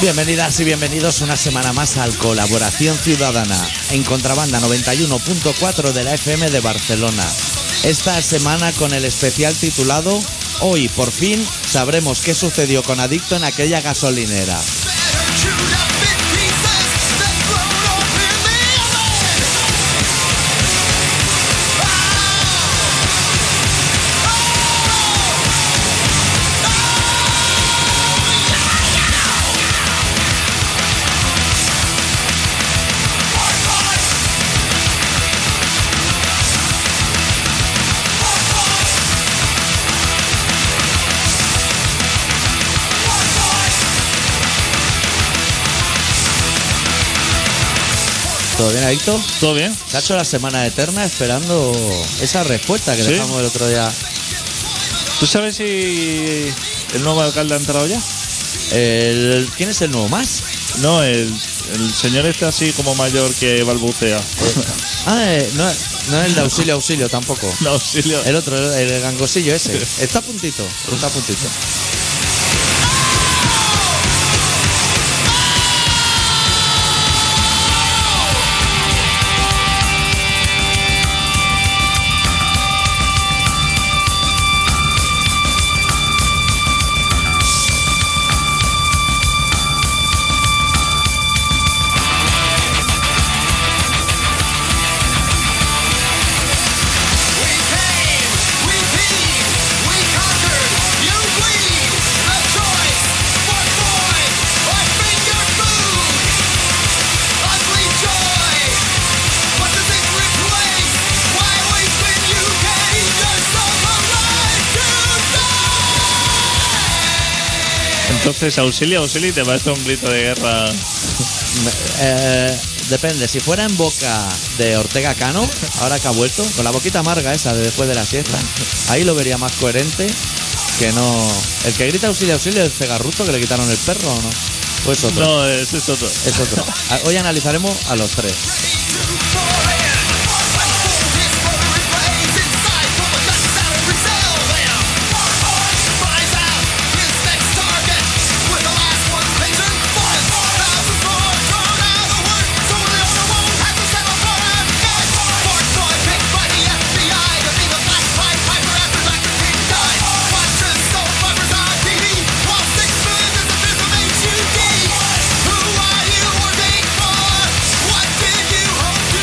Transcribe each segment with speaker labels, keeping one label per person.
Speaker 1: Bienvenidas y bienvenidos una semana más al Colaboración Ciudadana en Contrabanda 91.4 de la FM de Barcelona. Esta semana con el especial titulado Hoy por fin sabremos qué sucedió con Adicto en aquella gasolinera.
Speaker 2: Better chewed up in pieces than thrown up in the oven.
Speaker 1: ¿Todo bien, Adicto?
Speaker 3: ¿Todo bien?
Speaker 1: Se ha hecho la semana eterna esperando esa respuesta que
Speaker 3: Sí.
Speaker 1: dejamos el otro día.
Speaker 3: ¿Tú sabes si el nuevo alcalde ha entrado ya?
Speaker 1: El- ¿Quién es el nuevo más?
Speaker 3: No, el, el señor está así como mayor que balbucea.
Speaker 1: Ah, eh, no, no el de auxilio, auxilio tampoco.
Speaker 3: No, auxilio.
Speaker 1: El otro, el, el gangosillo ese. Está a puntito, está a puntito.
Speaker 2: We came, we beat, we conquered, you bleed. The choice was void, I fingered food. Ugly joy. What does it replace? Why waste when you gave yourself a right to die?
Speaker 3: Entonces, auxilio, auxilio, y te va a hacer un grito de guerra.
Speaker 1: Eh, depende, si fuera en boca de Ortega Cano, ahora que ha vuelto, con la boquita amarga esa de después de la siesta, ahí lo vería más coherente que no. El que grita auxilio, auxilio, el cegarruto que le quitaron el perro o no. Pues otro.
Speaker 3: No, ese es otro.
Speaker 1: Es otro. A- Hoy analizaremos a los tres.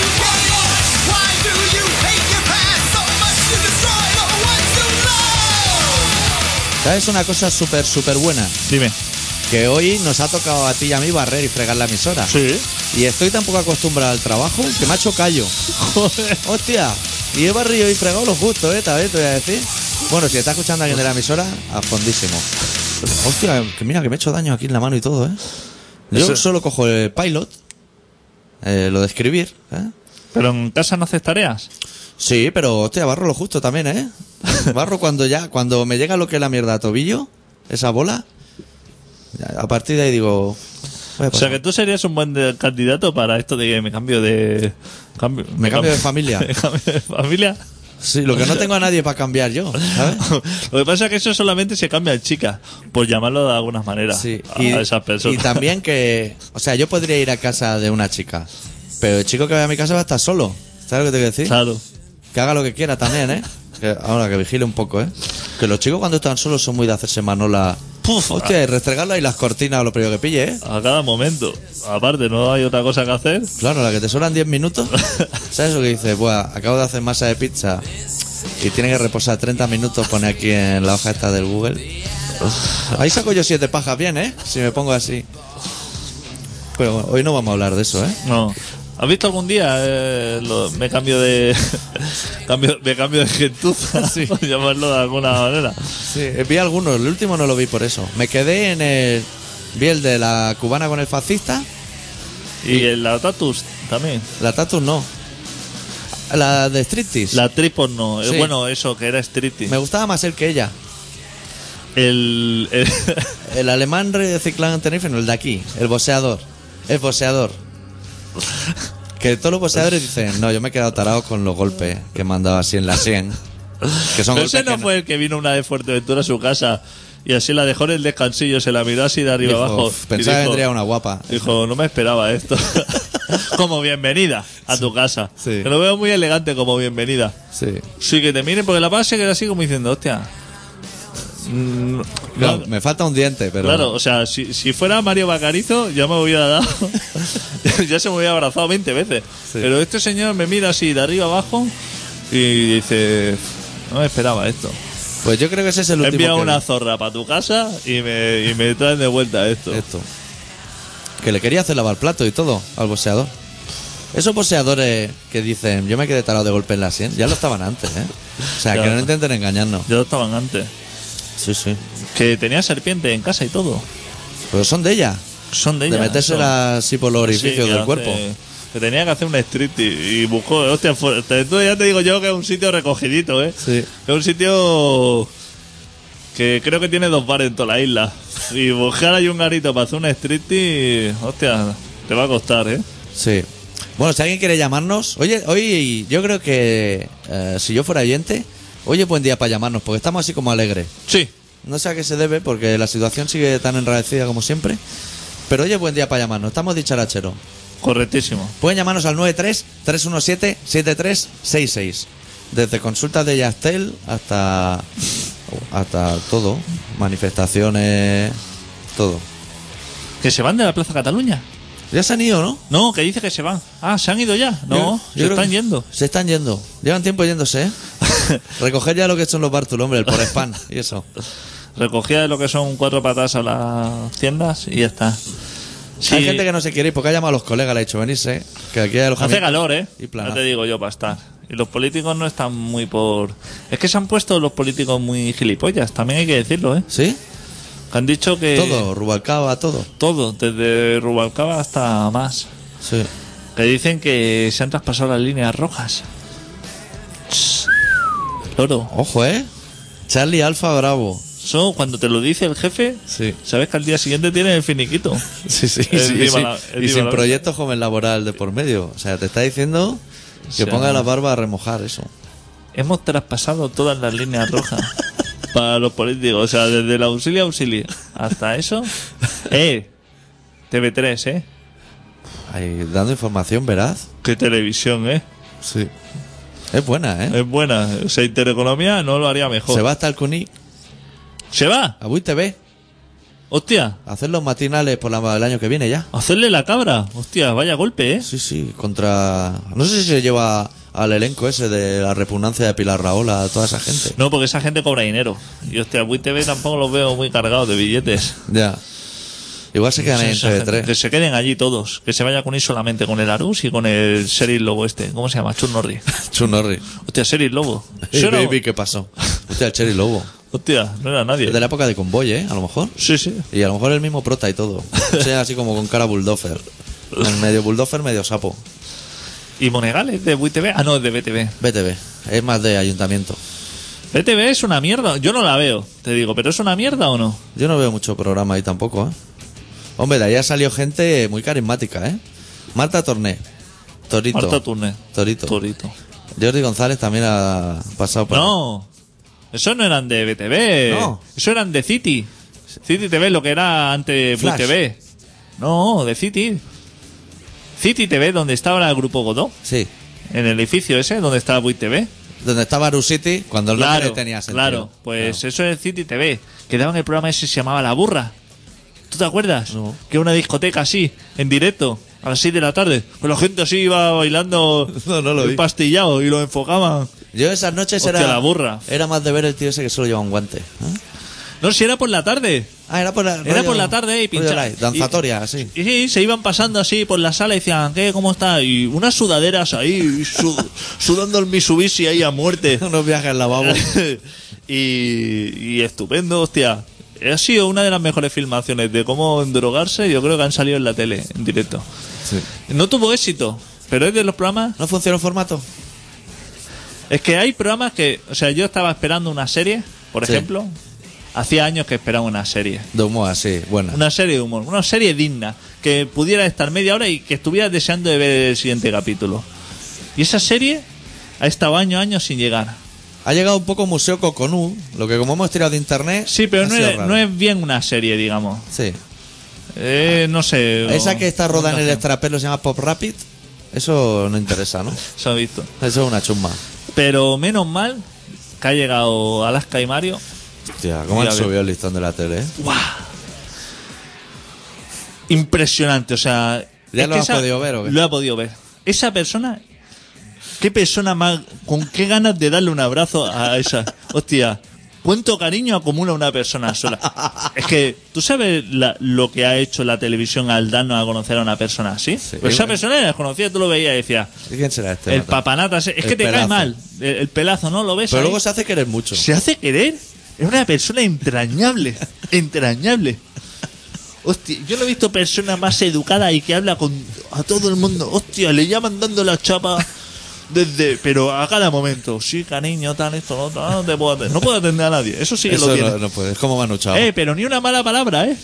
Speaker 2: why do you hate your past so much you destroy the ones you love?
Speaker 1: ¿Sabes una cosa súper, súper buena?
Speaker 3: Dime.
Speaker 1: Que hoy nos ha tocado a ti y a mí barrer y fregar la emisora.
Speaker 3: ¿Ah, Sí.
Speaker 1: Y estoy tan poco acostumbrado al trabajo que me ha hecho callo.
Speaker 3: Joder.
Speaker 1: Hostia, y he barrido y fregado lo justo, ¿eh? También te voy a decir. Bueno, si está escuchando alguien de la emisora, a fondísimo. Hostia, que mira que me he hecho daño aquí en la mano y todo, ¿eh? Yo
Speaker 3: Eso-
Speaker 1: solo cojo el pilot, eh, lo de escribir, ¿eh?
Speaker 3: ¿Pero en casa no haces tareas?
Speaker 1: Sí, pero hostia, barro lo justo también, ¿eh? Barro cuando ya, cuando me llega lo que es la mierda a tobillo, esa bola, ya, a partir de ahí digo... voy a
Speaker 3: O sea,
Speaker 1: pasar.
Speaker 3: que tú serías un buen de- candidato para esto de que me cambio de... cambio-
Speaker 1: Me cambio de familia.
Speaker 3: me cambio de familia.
Speaker 1: Sí, lo que no tengo a nadie para cambiar yo, ¿sabes?
Speaker 3: Lo que pasa es que eso solamente se cambia en chica, por llamarlo de alguna manera
Speaker 1: Sí,
Speaker 3: a a esas personas.
Speaker 1: y también que, o sea, yo podría ir a casa de una chica, pero el chico que vaya a mi casa va a estar solo. ¿Sabes lo que te quiero decir?
Speaker 3: Claro.
Speaker 1: Que haga lo que quiera también, ¿eh? Que- ahora que vigile un poco, ¿eh? Que los chicos cuando están solos son muy de hacerse manola.
Speaker 3: Puf.
Speaker 1: Hostia, y restregarla y las cortinas o lo primero que pille, ¿eh?
Speaker 3: A cada momento. Aparte, no hay otra cosa que hacer.
Speaker 1: Claro, la que te sobran 10 minutos. ¿Sabes lo que dices? Buah, acabo de hacer masa de pizza y tiene que reposar 30 minutos, pone aquí en la hoja esta del Google. Ahí saco yo siete pajas bien, ¿eh? Si me pongo así. Pero bueno, hoy no vamos a hablar de eso, ¿eh?
Speaker 3: No. ¿Has visto algún día eh, lo- me cambio de cambio, me cambio de gentuza, por llamarlo de alguna manera?
Speaker 1: Sí, eh, vi algunos, el último no lo vi por eso. Me quedé en el... Vi el de la cubana con el fascista,
Speaker 3: Y el la tatus también.
Speaker 1: la tatu no. La de striptease.
Speaker 3: La tripos no. Eh,
Speaker 1: Sí.
Speaker 3: Bueno, eso que era striptease.
Speaker 1: Me gustaba más él que ella.
Speaker 3: El, el-
Speaker 1: El alemán reciclado tenífero, el de aquí, el boxeador. El boxeador. Que todos los boxeadores dicen, no, yo me he quedado tarado con los golpes que me han dado así en la sien. Que son
Speaker 3: Pero
Speaker 1: golpes
Speaker 3: ese
Speaker 1: que
Speaker 3: no
Speaker 1: no-
Speaker 3: fue el que vino una de Fuerteventura a su casa Y así la dejó en el descansillo, se la miró así de arriba
Speaker 1: Dijo,
Speaker 3: abajo.
Speaker 1: "Uf,
Speaker 3: y
Speaker 1: Pensaba que
Speaker 3: dijo-
Speaker 1: vendría una guapa.
Speaker 3: Dijo, no me esperaba esto. como bienvenida a tu casa.
Speaker 1: Sí.
Speaker 3: Que lo veo muy elegante como bienvenida.
Speaker 1: Sí.
Speaker 3: Sí, que te miren, porque la pava se queda así como diciendo, hostia. Mm,
Speaker 1: Claro,
Speaker 3: no,
Speaker 1: me falta un diente, pero.
Speaker 3: claro, o sea, si, si fuera Mario Bacarizo, ya me hubiera dado. ya se me hubiera abrazado 20 veces.
Speaker 1: Sí.
Speaker 3: Pero este señor me mira así de arriba abajo y dice, no me esperaba esto.
Speaker 1: Pues yo creo que ese es el
Speaker 3: He
Speaker 1: último.
Speaker 3: enviado
Speaker 1: que
Speaker 3: una
Speaker 1: vi.
Speaker 3: zorra para tu casa y me, y me traen de vuelta esto.
Speaker 1: Esto. Que le quería hacer lavar plato y todo al boxeador. Esos boxeadores que dicen, yo me quedé tarado de golpe en la sien, ya lo estaban antes, ¿eh? O sea,
Speaker 3: Ya.
Speaker 1: que no intenten engañarnos.
Speaker 3: Ya lo estaban antes.
Speaker 1: Sí, sí.
Speaker 3: Que tenía serpiente en casa y todo.
Speaker 1: Pero son de ella.
Speaker 3: Son de
Speaker 1: De
Speaker 3: ella. son-
Speaker 1: metérsela así por los orificios
Speaker 3: Sí, que
Speaker 1: del
Speaker 3: hace-
Speaker 1: cuerpo.
Speaker 3: Que tenía que hacer un street y, y buscó, hostia, fu- te- tú ya te digo yo que es un sitio recogidito, ¿eh?
Speaker 1: Sí.
Speaker 3: Es un sitio que creo que tiene dos bares en toda la isla. Y buscar ahí un garito para hacer un street y, hostia, te va a costar, ¿eh?
Speaker 1: Sí. Bueno, si alguien quiere llamarnos, oye, hoy yo creo que eh, si yo fuera oyente, oye, buen día para llamarnos, porque estamos así como alegres.
Speaker 3: Sí.
Speaker 1: No sé a qué se debe, porque la situación sigue tan enrarecida como siempre. Pero oye, buen día para llamarnos, estamos dicharacheros.
Speaker 3: Correctísimo.
Speaker 1: Pueden llamarnos al 93-317-7366. Desde consultas de Yastel hasta. hasta todo. Manifestaciones. todo.
Speaker 3: ¿Que se van de la Plaza Cataluña?
Speaker 1: Ya se han ido, ¿no?
Speaker 3: No, que dice que se van. Ah, ¿se han ido ya?
Speaker 1: Yo-
Speaker 3: No,
Speaker 1: yo
Speaker 3: se
Speaker 1: creo
Speaker 3: están
Speaker 1: que
Speaker 3: yendo.
Speaker 1: Se están yendo. Llevan tiempo yéndose, ¿eh? Recoger ya lo que son los Bartul, hombre, el por spam y eso.
Speaker 3: Recogía lo que son cuatro patas a las tiendas y ya está. Sí.
Speaker 1: Hay gente que no se quiere ir porque ha llamado a los colegas, le ha dicho venirse. Que aquí hay alojamiento.
Speaker 3: Hace calor, ¿eh?
Speaker 1: Y planazo.
Speaker 3: no te digo yo para estar. Y los políticos no están muy por... Es que se han puesto los políticos muy gilipollas, también hay que decirlo, ¿eh?
Speaker 1: ¿Sí?
Speaker 3: Que han dicho que...
Speaker 1: Todo, Rubalcaba, todo.
Speaker 3: Todo, desde Rubalcaba hasta más.
Speaker 1: Sí.
Speaker 3: Que dicen que se han traspasado las líneas rojas. Ch. Loro.
Speaker 1: Ojo, ¿eh? Charlie Alfa Bravo.
Speaker 3: Eso, cuando te lo dice el jefe,
Speaker 1: Sí.
Speaker 3: sabes que al día siguiente tienes el finiquito.
Speaker 1: Sí, sí,
Speaker 3: Encima
Speaker 1: sí, sí.
Speaker 3: la- encima
Speaker 1: Y sin
Speaker 3: la-
Speaker 1: proyecto joven laboral de por medio. O sea, te está diciendo que
Speaker 3: sea,
Speaker 1: ponga la barba a remojar eso.
Speaker 3: Hemos traspasado todas las líneas rojas para los políticos. O sea, desde el auxilio auxilio hasta eso. ¡Eh! TV3, ¿eh?
Speaker 1: Ahí, dando información veraz.
Speaker 3: ¡Qué televisión, eh!
Speaker 1: Sí. Es buena, ¿eh?
Speaker 3: Es buena. O sea, Intereconomía no lo haría mejor.
Speaker 1: Se va hasta el Cuní,
Speaker 3: ¿Se va?
Speaker 1: a Bui TV,
Speaker 3: ¡Hostia!
Speaker 1: a hacer los matinales por la, el año que viene ya.
Speaker 3: ¡Hacerle la cabra! ¡Hostia! Vaya golpe, ¿eh?
Speaker 1: Sí, sí, contra... No sé si se lleva al elenco ese de la repugnancia de Pilar Raúl a toda esa gente.
Speaker 3: No, porque esa gente cobra dinero. Y hostia, Wii TV tampoco los veo muy cargados de billetes.
Speaker 1: Ya. Igual se quedan ahí en
Speaker 3: Esa gente, Que
Speaker 1: TV3.
Speaker 3: se queden allí todos. Que se vaya con ir solamente con el Arus y con el Series Lobo este. ¿Cómo se llama? Chun Norris.
Speaker 1: Chunorri.
Speaker 3: Hostia, Series Lobo.
Speaker 1: Hey,
Speaker 3: Yo no-
Speaker 1: baby, ¿qué pasó? Hostia, el Cherry Lobo.
Speaker 3: Hostia, no era nadie.
Speaker 1: Es de la época de Convoy, ¿eh? A lo mejor.
Speaker 3: Sí, sí.
Speaker 1: Y a lo mejor el mismo prota y todo. O sea, así como con cara bulldozer. En medio bulldozer, medio sapo.
Speaker 3: ¿Y Monegales de VTV? Ah, no, es de BTV.
Speaker 1: BTV. Es más de ayuntamiento.
Speaker 3: BTV es una mierda. Yo no la veo, te digo, pero ¿es una mierda o no?
Speaker 1: Yo no veo mucho programa ahí tampoco, ¿eh? Hombre, de ahí ha salido gente muy carismática, ¿eh? Marta Torné. Torito.
Speaker 3: Marta Turner.
Speaker 1: Torito.
Speaker 3: Torito.
Speaker 1: Jordi González también ha pasado por...
Speaker 3: No. Esos no eran de BTV.
Speaker 1: No.
Speaker 3: Esos eran de City. City TV, lo que era antes
Speaker 1: Flash.
Speaker 3: VTV. No, de City. City TV, donde estaba el grupo Godó.
Speaker 1: Sí.
Speaker 3: En el edificio ese, donde estaba VTV.
Speaker 1: Donde estaba Aru City, cuando el nombre tenía sentido.
Speaker 3: Claro, pues eso es City TV. Que daban el programa ese que se llamaba La Burra. ¿Tú te acuerdas?
Speaker 1: No.
Speaker 3: Que era una discoteca así, en directo, a las 6 de la tarde. Pues la gente así iba bailando
Speaker 1: No, no lo
Speaker 3: el
Speaker 1: vi.
Speaker 3: pastillado y lo enfocaban.
Speaker 1: Yo esas noches
Speaker 3: Hostia,
Speaker 1: era...
Speaker 3: la burra.
Speaker 1: Era más de ver el tío ese que solo lleva un guante. ¿eh?
Speaker 3: No, si era por la tarde.
Speaker 1: Ah, era por la...
Speaker 3: Era por la tarde eh, y pinchaba.
Speaker 1: pinchaba. Danzatoria,
Speaker 3: Y-
Speaker 1: sí.
Speaker 3: Y sí, se iban pasando así por la sala y decían, ¿qué? ¿Cómo está? Y unas sudaderas ahí, su- sudando el Mitsubishi ahí a muerte.
Speaker 1: Unos viajes al lavabo.
Speaker 3: y, y estupendo, hostia. Ha sido una de las mejores filmaciones de cómo drogarse, yo creo que han salido en la tele, en directo. No tuvo éxito, pero es de los programas.
Speaker 1: ¿No funciona el formato?
Speaker 3: Es que hay programas que, o sea, yo estaba esperando una serie, por
Speaker 1: Sí.
Speaker 3: ejemplo. Hacía años que esperaba una serie.
Speaker 1: De humor, sí, buena.
Speaker 3: Una serie de humor, una serie digna, que pudiera estar media hora y que estuviera deseando de ver el siguiente capítulo. Y esa serie ha estado años, años sin llegar.
Speaker 1: Ha llegado un poco Museo Coconú, lo que como hemos tirado de internet.
Speaker 3: Sí, pero
Speaker 1: ha
Speaker 3: no
Speaker 1: sido
Speaker 3: es,
Speaker 1: raro.
Speaker 3: no es bien una serie, digamos.
Speaker 1: Sí.
Speaker 3: Eh, no sé. o-
Speaker 1: Esa que está roda en el
Speaker 3: montaje.
Speaker 1: extrapelo se llama Pop Rapid. Eso no interesa, ¿no? Eso
Speaker 3: Se ha visto.
Speaker 1: es una chumba.
Speaker 3: Pero menos mal que ha llegado Alaska y Mario.
Speaker 1: Hostia, ¿cómo
Speaker 3: Mira,
Speaker 1: han
Speaker 3: a ver.
Speaker 1: subido el listón de la tele? eh?
Speaker 3: ¡Guau! Impresionante, o sea.
Speaker 1: ¿Ya
Speaker 3: es
Speaker 1: lo
Speaker 3: que
Speaker 1: has podido ver o qué?
Speaker 3: Lo ha podido ver. Esa persona. ¿Qué persona más. con qué ganas de darle un abrazo a esa? Hostia. ¿Cuánto cariño acumula una persona sola? Es que, ¿tú sabes la- lo que ha hecho la televisión al darnos a conocer a una persona así? Pues esa
Speaker 1: bueno.
Speaker 3: persona la desconocía, tú lo veías y decías,
Speaker 1: ¿Y ¿Quién será este?
Speaker 3: el
Speaker 1: nota?
Speaker 3: papanata, es que
Speaker 1: El
Speaker 3: te cae
Speaker 1: pelazo.
Speaker 3: mal, el, el pelazo, ¿no? ¿Lo ves?
Speaker 1: Pero
Speaker 3: ahí?
Speaker 1: luego se hace querer mucho.
Speaker 3: se hace querer. Es una persona entrañable. entrañable. Hostia, yo no he visto persona más educada y que habla con a todo el mundo. Hostia, le llaman dando la chapa desde. Pero a cada momento. Sí, cariño, tal, esto, lo otro. Ah, No, te puedo atender. No puedo atender a nadie. Eso sí que lo
Speaker 1: Eso
Speaker 3: tiene.
Speaker 1: no, no puede. Es como Manu Chao.
Speaker 3: eh, pero ni una mala palabra, eh.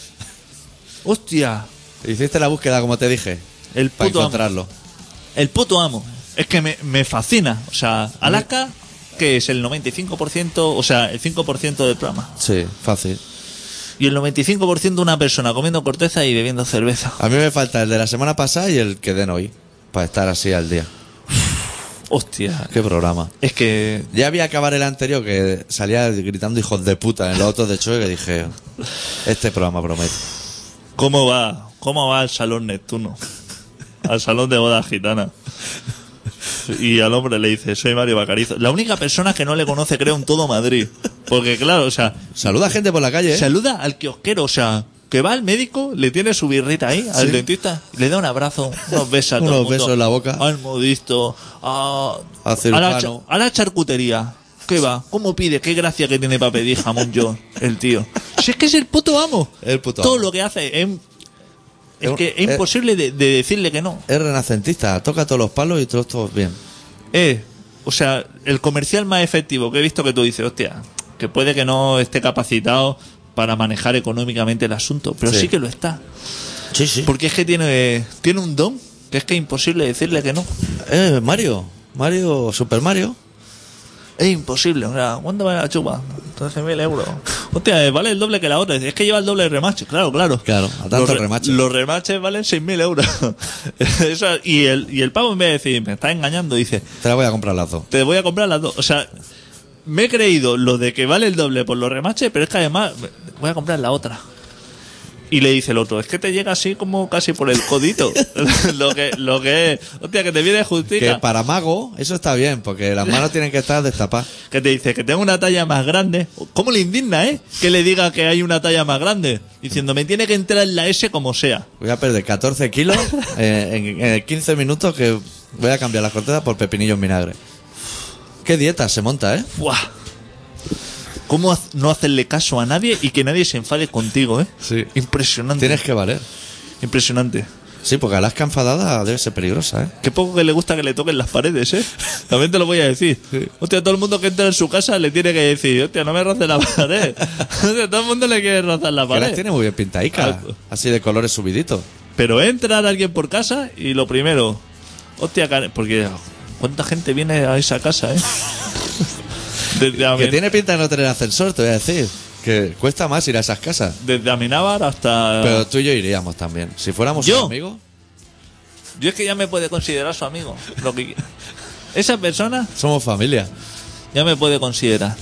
Speaker 3: Hostia,
Speaker 1: Hiciste la búsqueda, como te dije,
Speaker 3: el
Speaker 1: para
Speaker 3: puto amo.
Speaker 1: encontrarlo.
Speaker 3: El puto amo. Es que me, me fascina. O sea, Alaska, que es el 95%, o sea, el 5% del programa.
Speaker 1: Sí, fácil.
Speaker 3: Y el 95% una persona comiendo corteza y bebiendo cerveza.
Speaker 1: A mí me falta el de la semana pasada y el que den hoy. Para estar así al día.
Speaker 3: Hostia.
Speaker 1: Qué programa.
Speaker 3: Es que...
Speaker 1: Ya había acabar el anterior que salía gritando hijos de puta en los autos de choque que dije, este programa promete.
Speaker 3: ¿Cómo va? ¿Cómo va al salón Neptuno? Al salón de boda gitana. Y al hombre le dice, soy Mario Bacarizo. La única persona que no le conoce creo en todo Madrid. Porque claro, o sea,
Speaker 1: Saluda gente por la calle, ¿eh?
Speaker 3: saluda al kiosquero, o sea, que va al médico, le tiene su birrita ahí, al
Speaker 1: Sí.
Speaker 3: dentista, y le da un abrazo, unos besos a
Speaker 1: Unos
Speaker 3: todo el mundo.
Speaker 1: besos en la boca.
Speaker 3: Al modisto, a,
Speaker 1: Al
Speaker 3: la, cha-
Speaker 1: cirujano.
Speaker 3: a la charcutería. ¿Qué va? ¿Cómo pide? ¿Qué gracia que tiene para pedir jamón yo, el tío? Si es que es el puto amo.
Speaker 1: El puto
Speaker 3: Todo
Speaker 1: amo.
Speaker 3: lo que hace es, es
Speaker 1: Es-
Speaker 3: que es
Speaker 1: es-
Speaker 3: imposible de, de decirle que no.
Speaker 1: Es renacentista, toca todos los palos y todos todos bien.
Speaker 3: Eh, o sea, el comercial más efectivo que he visto que tú dices, hostia, que puede que no esté capacitado para manejar económicamente el asunto, pero sí,
Speaker 1: Sí.
Speaker 3: que lo está.
Speaker 1: Sí, sí.
Speaker 3: Porque es que tiene, tiene un don que es que es imposible decirle que no.
Speaker 1: Eh, Mario, Mario, Super Mario.
Speaker 3: Es imposible. O sea, ¿cuánto vale la chupa? 13.000 euros. Hostia, eh, vale el doble que la otra. Es que lleva el doble de remache. Claro, claro.
Speaker 1: Claro, a tantos
Speaker 3: Los re-
Speaker 1: remaches.
Speaker 3: Los remaches valen 6.000 euros. Eso, y, el, y el pavo en vez de decir, me estás engañando, dice,
Speaker 1: Te la voy a comprar las dos.
Speaker 3: te voy a comprar las dos. O sea, me he creído lo de que vale el doble por los remaches, pero es que además voy a comprar la otra. Y le dice el otro, es que te llega así como casi por el codito. lo que lo que es. Hostia, que te viene
Speaker 1: Que
Speaker 3: justicia.
Speaker 1: para mago, eso está bien, porque las manos tienen que estar destapadas.
Speaker 3: que te dice que tengo una talla más grande. ¿Cómo le indigna, eh? Que le diga que hay una talla más grande. Diciendo, me tiene que entrar en la S como sea.
Speaker 1: Voy a perder 14 kilos eh, en, en 15 minutos que voy a cambiar las cortezas por pepinillo en vinagre. Qué dieta se monta, ¿eh?
Speaker 3: ¡Buah! ¿Cómo haz- no hacerle caso a nadie y que nadie se enfade contigo, eh?
Speaker 1: Sí.
Speaker 3: Impresionante.
Speaker 1: Tienes que valer.
Speaker 3: Impresionante.
Speaker 1: Sí, porque Alaska enfadada debe ser peligrosa, ¿eh?
Speaker 3: Qué poco que le gusta que le toquen las paredes, ¿eh? También te lo voy a decir. Hostia, todo el mundo que entra en su casa le tiene que decir, hostia, no me roce la pared. Hostia, todo el mundo le quiere rozar la
Speaker 1: Que las
Speaker 3: pared.
Speaker 1: tiene muy bien pintadicas,
Speaker 3: Algo.
Speaker 1: así de colores subiditos.
Speaker 3: Pero entra alguien por casa y lo primero, hostia, Karen- porque cuánta gente viene a esa casa, ¿eh? Desde,
Speaker 1: Que
Speaker 3: Amin-
Speaker 1: tiene pinta de no tener ascensor, te voy a decir. Que cuesta más ir a esas casas.
Speaker 3: desde Aminábar hasta...
Speaker 1: Pero tú y yo iríamos también. Si fuéramos
Speaker 3: Ah. ¿Yo?
Speaker 1: amigos,
Speaker 3: Yo es que ya me puede considerar su amigo. Lo que... Esa persona
Speaker 1: somos familia.
Speaker 3: ya me puede considerar.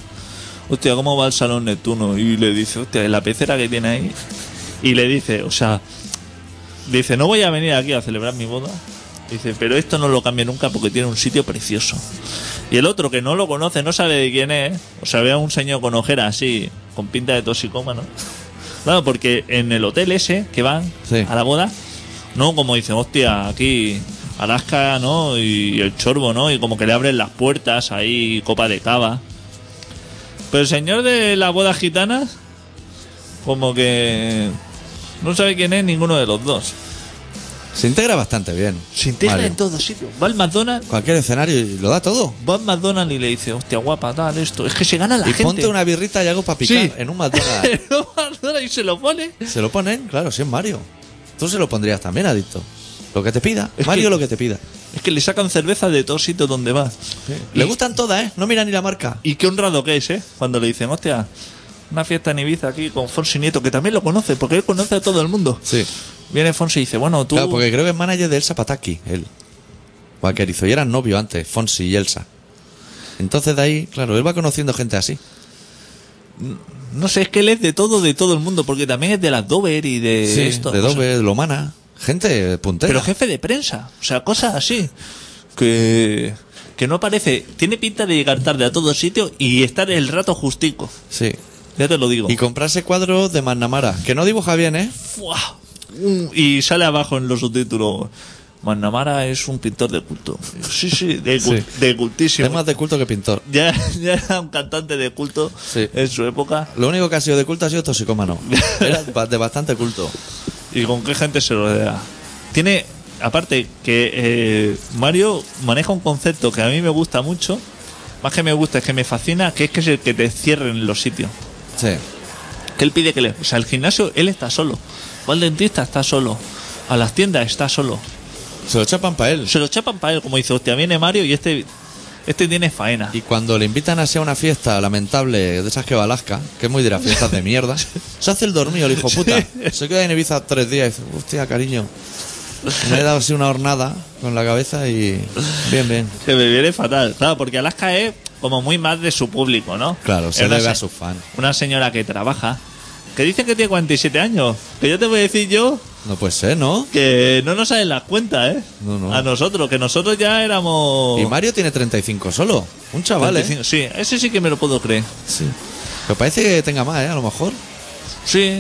Speaker 3: Hostia, ¿cómo va el salón Neptuno? Y le dice, hostia, la pecera que tiene ahí. Y le dice, o sea, dice, no voy a venir aquí a celebrar mi boda. Dice, pero esto no lo cambie nunca porque tiene un sitio precioso. Y el otro que no lo conoce, no sabe de quién es, o sea, ve a un señor con ojera así, con pinta de toxicómano. Claro, porque en el hotel ese que van
Speaker 1: Sí.
Speaker 3: a la boda, no como dicen, hostia, aquí Alaska, ¿no? Y el chorbo, ¿no? Y como que le abren las puertas ahí, copa de cava. Pero el señor de la boda gitana, como que no sabe quién es ninguno de los dos.
Speaker 1: Se integra bastante bien.
Speaker 3: Se integra
Speaker 1: Mario.
Speaker 3: en todos sitios. Va al McDonald's,
Speaker 1: Cualquier escenario y lo da todo.
Speaker 3: va al McDonald's y le dice, hostia guapa, tal, esto. Es que se gana la
Speaker 1: y
Speaker 3: gente.
Speaker 1: ponte una birrita y algo para picar
Speaker 3: Sí.
Speaker 1: en un McDonald's.
Speaker 3: No, McDonald's y se lo pone.
Speaker 1: se lo ponen, claro, si es Mario. Tú se lo pondrías también, adicto. Lo que te pida.
Speaker 3: Es
Speaker 1: Mario
Speaker 3: que-
Speaker 1: lo que te pida.
Speaker 3: Es que le sacan cerveza de todo sitio donde va.
Speaker 1: Le gustan todas, ¿eh? No mira ni la marca.
Speaker 3: Y qué honrado que es, ¿eh? Cuando le dicen, hostia, una fiesta en Ibiza aquí con Fonsi Nieto, que también lo conoce, porque él conoce a todo el mundo.
Speaker 1: Sí.
Speaker 3: Viene Fonsi y dice, bueno, tú...
Speaker 1: Claro, porque creo que es manager de Elsa Pataki, él. Vaquerizo. Y eran novio antes, Fonsi y Elsa. Entonces de ahí, claro, él va conociendo gente así.
Speaker 3: No sé, es que él es de todo, de todo el mundo, porque también es de las Dover y de esto.
Speaker 1: de
Speaker 3: o sea,
Speaker 1: Dover, Lomana. Gente puntera.
Speaker 3: pero jefe de prensa, o sea, cosas así. Que... Que no aparece, tiene pinta de llegar tarde a todo sitio y estar el rato justico.
Speaker 1: Sí.
Speaker 3: Ya te lo digo.
Speaker 1: Y comprarse cuadros de Magnamara. Que no dibuja bien, ¿eh?
Speaker 3: ¡Fua! Un- Y sale abajo en los subtítulos. Magnamara es un pintor de culto. Sí, sí, de, cul-
Speaker 1: Sí.
Speaker 3: de cultísimo.
Speaker 1: Es más de culto que pintor.
Speaker 3: Ya, ya era un cantante de culto
Speaker 1: Sí.
Speaker 3: en su época.
Speaker 1: Lo único que ha sido de culto ha sido toxicómano. Era ba- de bastante culto.
Speaker 3: ¿Y con qué gente se rodea? Tiene, aparte, que eh, Mario maneja un concepto que a mí me gusta mucho. Más que me gusta, es que me fascina, que es que es el que te cierren los sitios.
Speaker 1: Sí.
Speaker 3: Que él pide que le... O sea, el gimnasio, él está solo. Va al dentista, está solo. A las tiendas, está solo.
Speaker 1: Se lo chapan para él.
Speaker 3: Se lo chapan para él, como dice, hostia, viene Mario y este este tiene faena.
Speaker 1: Y cuando le invitan así a una fiesta lamentable de esas que va a Alaska, que es muy de las fiestas de mierda, se hace el dormido el hijo puta. Se queda en Ibiza tres días y dice, hostia, cariño. Me he dado así una hornada con la cabeza y. Bien, bien.
Speaker 3: Que me viene fatal. Claro, porque Alaska es como muy más de su público, ¿no?
Speaker 1: Claro, se
Speaker 3: Es una
Speaker 1: debe a
Speaker 3: se-
Speaker 1: sus fans.
Speaker 3: Una señora que trabaja, que dicen que tiene 47 años. Que yo te voy a decir yo
Speaker 1: No puede ser, ¿no?
Speaker 3: que no nos salen las cuentas, ¿eh?
Speaker 1: No, no.
Speaker 3: A nosotros, que nosotros ya éramos...
Speaker 1: Y Mario tiene 35 solo. Un chaval, ¿eh?
Speaker 3: 25. Sí, ese sí que me lo puedo creer.
Speaker 1: Sí. Pero parece que tenga más, ¿eh? A lo mejor.
Speaker 3: Sí.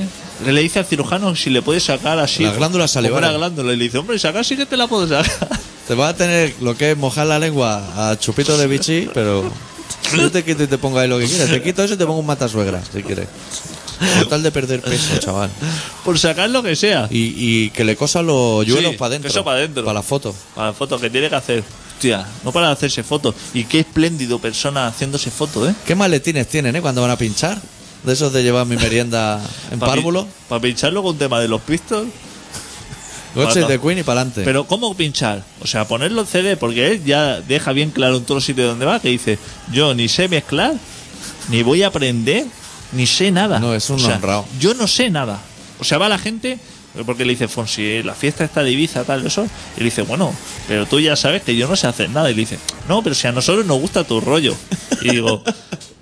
Speaker 3: Le dice al cirujano si le puede sacar así.
Speaker 1: La glándula salivares.
Speaker 3: Una glándula. Y le dice, hombre, sacar sí que te la puedo sacar.
Speaker 1: Te vas a tener lo que es mojar la lengua a chupito de bichi, pero yo te quito y te pongo ahí lo que quieras. Te quito eso y te pongo un matasuegra, si quieres. Con tal de perder peso, chaval.
Speaker 3: Por sacar lo que sea.
Speaker 1: Y, y que le cosa los yuelos
Speaker 3: Sí,
Speaker 1: para adentro.
Speaker 3: que eso pa' dentro.
Speaker 1: la foto.
Speaker 3: Para la foto que tiene que hacer. Hostia, no para de hacerse fotos. Y qué espléndido persona haciéndose fotos, ¿eh?
Speaker 1: ¿Qué maletines tienen, eh? Cuando van a pinchar. De esos de llevar mi merienda en párvulo.
Speaker 3: Para pincharlo con tema de los pistols.
Speaker 1: Goches
Speaker 3: pa-
Speaker 1: de Queen y para adelante.
Speaker 3: Pero ¿cómo pinchar? O sea, ponerlo en CD, porque él ya deja bien claro en todos los sitios donde va que dice, yo ni sé mezclar, ni voy a aprender, ni sé nada.
Speaker 1: No, es un
Speaker 3: O sea,
Speaker 1: honrado.
Speaker 3: Yo no sé nada. O sea, va la gente, porque le dice Fonsi, eh, la fiesta está de Ibiza, tal, eso. Y le dice, bueno, pero tú ya sabes que yo no sé hacer nada. Y le dice, no, pero si a nosotros nos gusta tu rollo. Y digo,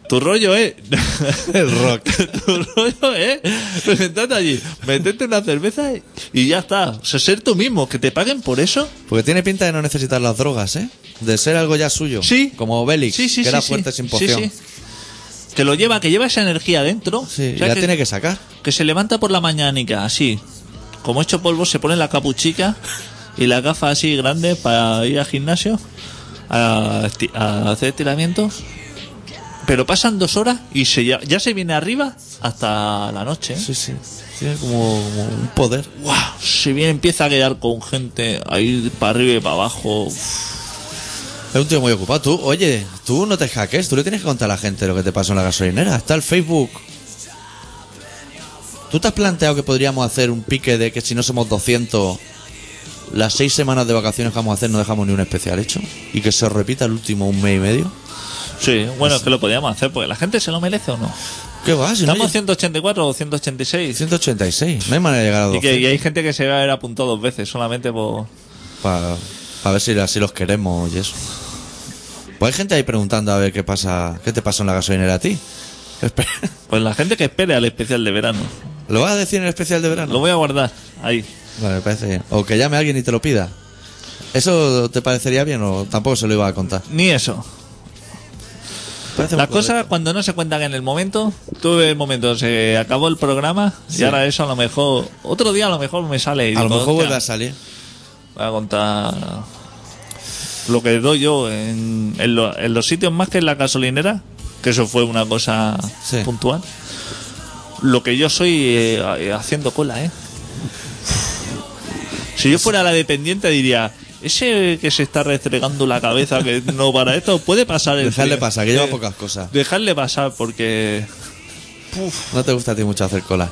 Speaker 3: tu rollo es...
Speaker 1: El rock.
Speaker 3: tu rollo es presentarte allí, meterte una cerveza y ya está. O sea, ser tú mismo, que te paguen por eso.
Speaker 1: Porque tiene pinta de no necesitar las drogas, ¿eh? De ser algo ya suyo.
Speaker 3: Sí.
Speaker 1: Como Bélix,
Speaker 3: Sí, sí,
Speaker 1: que
Speaker 3: sí,
Speaker 1: era
Speaker 3: sí.
Speaker 1: fuerte sin
Speaker 3: Sí,
Speaker 1: poción.
Speaker 3: sí. Que lo lleva, que lleva esa energía dentro.
Speaker 1: Sí,
Speaker 3: O sea,
Speaker 1: la
Speaker 3: que,
Speaker 1: tiene que sacar.
Speaker 3: que se levanta por la mañanica, así. Como hecho polvo, se pone la capuchica y la gafa así grande para ir al gimnasio a, esti- a hacer estiramientos. Pero pasan dos horas y se ya, ya se viene arriba hasta la noche. ¿eh?
Speaker 1: Sí, sí. Tiene como- como un poder.
Speaker 3: ¡Guau! Si bien empieza a quedar con gente ahí para arriba y para abajo.
Speaker 1: Es un tío muy ocupado. Tú, oye, tú no te hackees, tú le tienes que contar a la gente lo que te pasó en la gasolinera. Está el Facebook. ¿Tú te has planteado que podríamos hacer un pique de que si no somos 200, las seis semanas de vacaciones que vamos a hacer no dejamos ni un especial hecho? Y que se repita el último un mes y medio.
Speaker 3: Sí, bueno, es que lo podíamos hacer porque la gente se lo merece o no.
Speaker 1: ¿Qué va? Si no
Speaker 3: Estamos
Speaker 1: hay-
Speaker 3: 184 o 186.
Speaker 1: 186. No hay manera de llegar a
Speaker 3: Y,
Speaker 1: 200.
Speaker 3: que, y hay gente que se va a haber apuntado dos veces solamente por...
Speaker 1: Para ver si así los queremos y eso. Pues hay gente ahí preguntando a ver qué pasa, qué te pasó en la gasolinera a ti. Espera.
Speaker 3: Pues la gente que espere al especial de verano.
Speaker 1: ¿Lo vas a decir en el especial de verano?
Speaker 3: Lo voy a guardar ahí.
Speaker 1: Vale, me parece bien. O que llame a alguien y te lo pida. ¿Eso te parecería bien o tampoco se lo iba a contar?
Speaker 3: Ni eso.
Speaker 1: Parece
Speaker 3: Las
Speaker 1: muy correcto.
Speaker 3: cosas cuando no se cuentan en el momento, tuve el momento, se acabó el programa y ahora eso a lo mejor, otro día a lo mejor me sale. y
Speaker 1: A lo
Speaker 3: digo,
Speaker 1: mejor
Speaker 3: "Hostia,
Speaker 1: vuelve a salir.
Speaker 3: Voy a contar lo que doy yo en, en lo- en los sitios más que en la gasolinera, que eso fue una cosa
Speaker 1: Sí.
Speaker 3: puntual. Lo que yo soy eh, ha- eh, haciendo cola, ¿eh? Si yo fuera la dependiente diría, ese que se está restregando la cabeza que no para esto, puede pasar el
Speaker 1: Dejarle
Speaker 3: frío".
Speaker 1: pasar, que lleva
Speaker 3: Eh,
Speaker 1: pocas cosas.
Speaker 3: Dejarle pasar porque
Speaker 1: No te gusta a ti mucho hacer cola.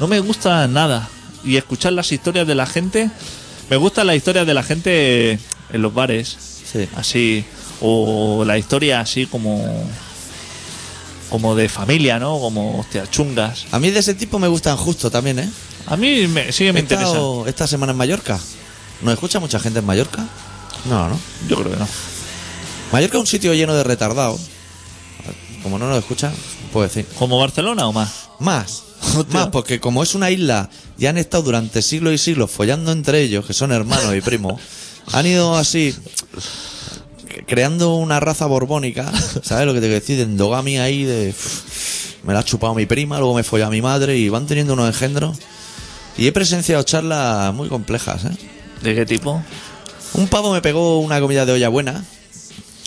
Speaker 3: no me gusta nada. Y escuchar las historias de la gente Me gustan las historias de la gente en los bares.
Speaker 1: Sí.
Speaker 3: Así. O la historia así como. Como de familia, ¿no? Como, hostia, chungas.
Speaker 1: A mí de ese tipo me gustan justo también, ¿eh?
Speaker 3: A mí me, sí que me
Speaker 1: He
Speaker 3: interesa.
Speaker 1: estado esta semana en Mallorca. ¿Nos escucha mucha gente en Mallorca? No, no.
Speaker 3: Yo creo que no.
Speaker 1: Mallorca es un sitio lleno de retardados. Como no nos escuchan, puedo decir.
Speaker 3: ¿Como Barcelona o más?
Speaker 1: Más. Más, porque como es una isla y han estado durante siglos y siglos follando entre ellos, que son hermanos y primos, han ido así creando una raza borbónica, ¿sabes lo que te quiero decir? De endogamia ahí, de "Uf, me la ha chupado mi prima, luego me folló a mi madre y van teniendo unos engendros. Y he presenciado charlas muy complejas, ¿eh?
Speaker 3: ¿De qué tipo?
Speaker 1: Un pavo me pegó una comida de olla buena.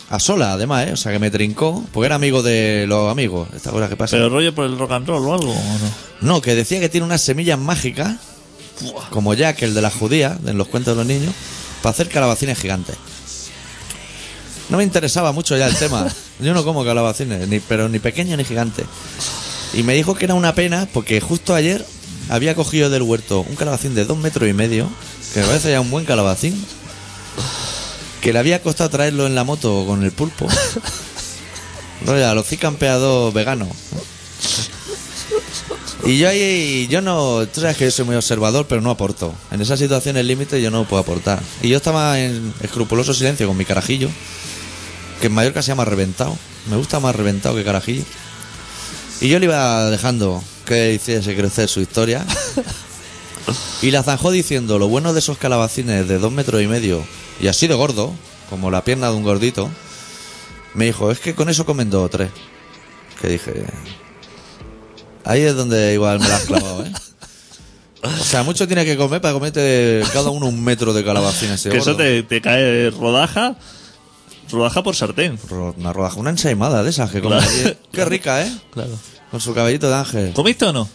Speaker 1: A sola, además, ¿eh? O sea, que me trincó. Porque era amigo de los amigos. Esta cosa que pasa.
Speaker 3: ¿Pero rollo por el rock and roll o algo? ¿o no?
Speaker 1: No, que decía que tiene unas semillas mágicas. Como Jack, el de la judía, en los cuentos de los niños. Para hacer calabacines gigantes. No me interesaba mucho ya el tema. Yo no como calabacines, ni, pero ni pequeño ni gigante. Y me dijo que era una pena porque justo ayer había cogido del huerto un calabacín de dos metros y medio, que me parece ya un buen calabacín, que le había costado traerlo en la moto con el pulpo. Roya, los campeados veganos. Y yo ahí, yo no, tú sabes que yo soy muy observador, pero no aporto. En esas situaciones límite yo no puedo aportar. Y yo estaba en escrupuloso silencio con mi carajillo, que en Mallorca se llama reventado. Me gusta más reventado que carajillo. Y yo le iba dejando que hiciese crecer su historia. Y la zanjó diciendo, lo bueno de esos calabacines de dos metros y medio, y así de gordo, como la pierna de un gordito, me dijo, es que con eso comen dos o tres. Que dije, ahí es donde igual me la has clavado, ¿eh? O sea, mucho tienes que comer para comerte cada uno un metro de calabacines. así de
Speaker 3: Que eso
Speaker 1: gordo.
Speaker 3: te, te cae rodaja. Rodaja por sartén.
Speaker 1: Ro- Una rodaja, una ensaimada de esas que comen.
Speaker 3: Claro.
Speaker 1: allí. Qué rica, ¿eh?
Speaker 3: Claro.
Speaker 1: Con su cabellito de ángel.
Speaker 3: ¿Comiste o no?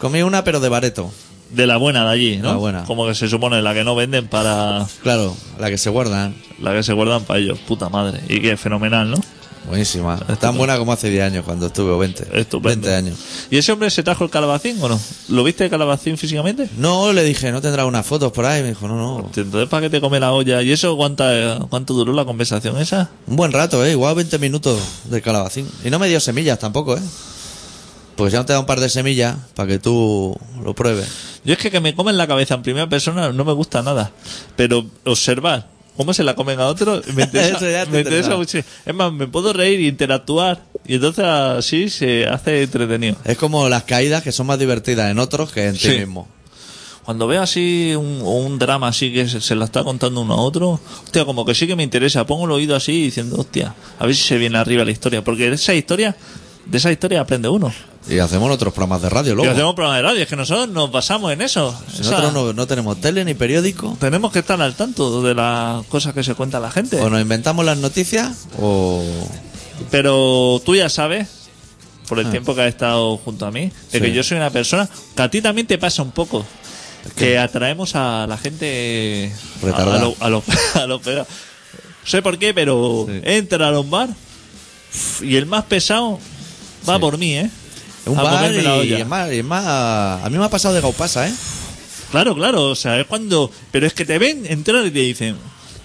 Speaker 1: Comí una, pero de bareto.
Speaker 3: De la buena de allí, ¿no?
Speaker 1: La buena.
Speaker 3: Como que se supone la que no venden para.
Speaker 1: Claro, la que se guardan.
Speaker 3: La que se guardan para ellos. Puta madre. Y que fenomenal, ¿no?
Speaker 1: Buenísima. Tan buena como hace 10 años cuando estuve, o 20.
Speaker 3: Estupendo.
Speaker 1: 20 años.
Speaker 3: ¿Y ese hombre se trajo el calabacín o no? ¿Lo viste el calabacín físicamente?
Speaker 1: No, le dije, ¿no tendrá unas fotos por ahí? Me dijo, no, no.
Speaker 3: Entonces, ¿para qué te come la olla? ¿Y eso cuánta, cuánto duró la conversación esa?
Speaker 1: Un buen rato, ¿eh? Igual 20 minutos de calabacín. Y no me dio semillas tampoco, ¿eh? Pues ya te da un par de semillas para que tú lo pruebes.
Speaker 3: Yo es que que me comen la cabeza en primera persona no me gusta nada. Pero observar cómo se la comen a otro me interesa,
Speaker 1: Eso ya te
Speaker 3: me interesa
Speaker 1: interesa.
Speaker 3: mucho. Es más, me puedo reír e interactuar. Y entonces así se hace entretenido.
Speaker 1: Es como las caídas que son más divertidas en otros que en
Speaker 3: Sí.
Speaker 1: ti mismo.
Speaker 3: Cuando veo así un, o un drama así que se, se la está contando uno a otro, hostia, como que sí que me interesa. Pongo el oído así diciendo, hostia, a ver si se viene arriba la historia. Porque de esa historia, de esa historia aprende uno.
Speaker 1: Y hacemos otros programas de radio
Speaker 3: Y
Speaker 1: luego.
Speaker 3: hacemos programas de radio, es que nosotros nos basamos en eso. O sea,
Speaker 1: Nosotros no, no tenemos tele ni periódico.
Speaker 3: Tenemos que estar al tanto de las cosas que se cuenta la gente.
Speaker 1: O nos inventamos las noticias o...
Speaker 3: Pero tú ya sabes, por el tiempo que has estado junto a mí, de
Speaker 1: Ah. Sí.
Speaker 3: que yo soy una persona que a ti también te pasa un poco. Que atraemos a la gente a-
Speaker 1: Retardada.
Speaker 3: a lo, a lo- a lo peor. No sé por qué, pero
Speaker 1: Sí.
Speaker 3: entra a un bar uf, y el más pesado va por mí, ¿eh?
Speaker 1: Un
Speaker 3: A
Speaker 1: bar
Speaker 3: comerme la
Speaker 1: y,
Speaker 3: olla.
Speaker 1: es más, y es más- A mí me ha pasado de gaupasa, ¿eh?
Speaker 3: Claro, claro, o sea, es cuando... Pero es que te ven entrar y te dicen...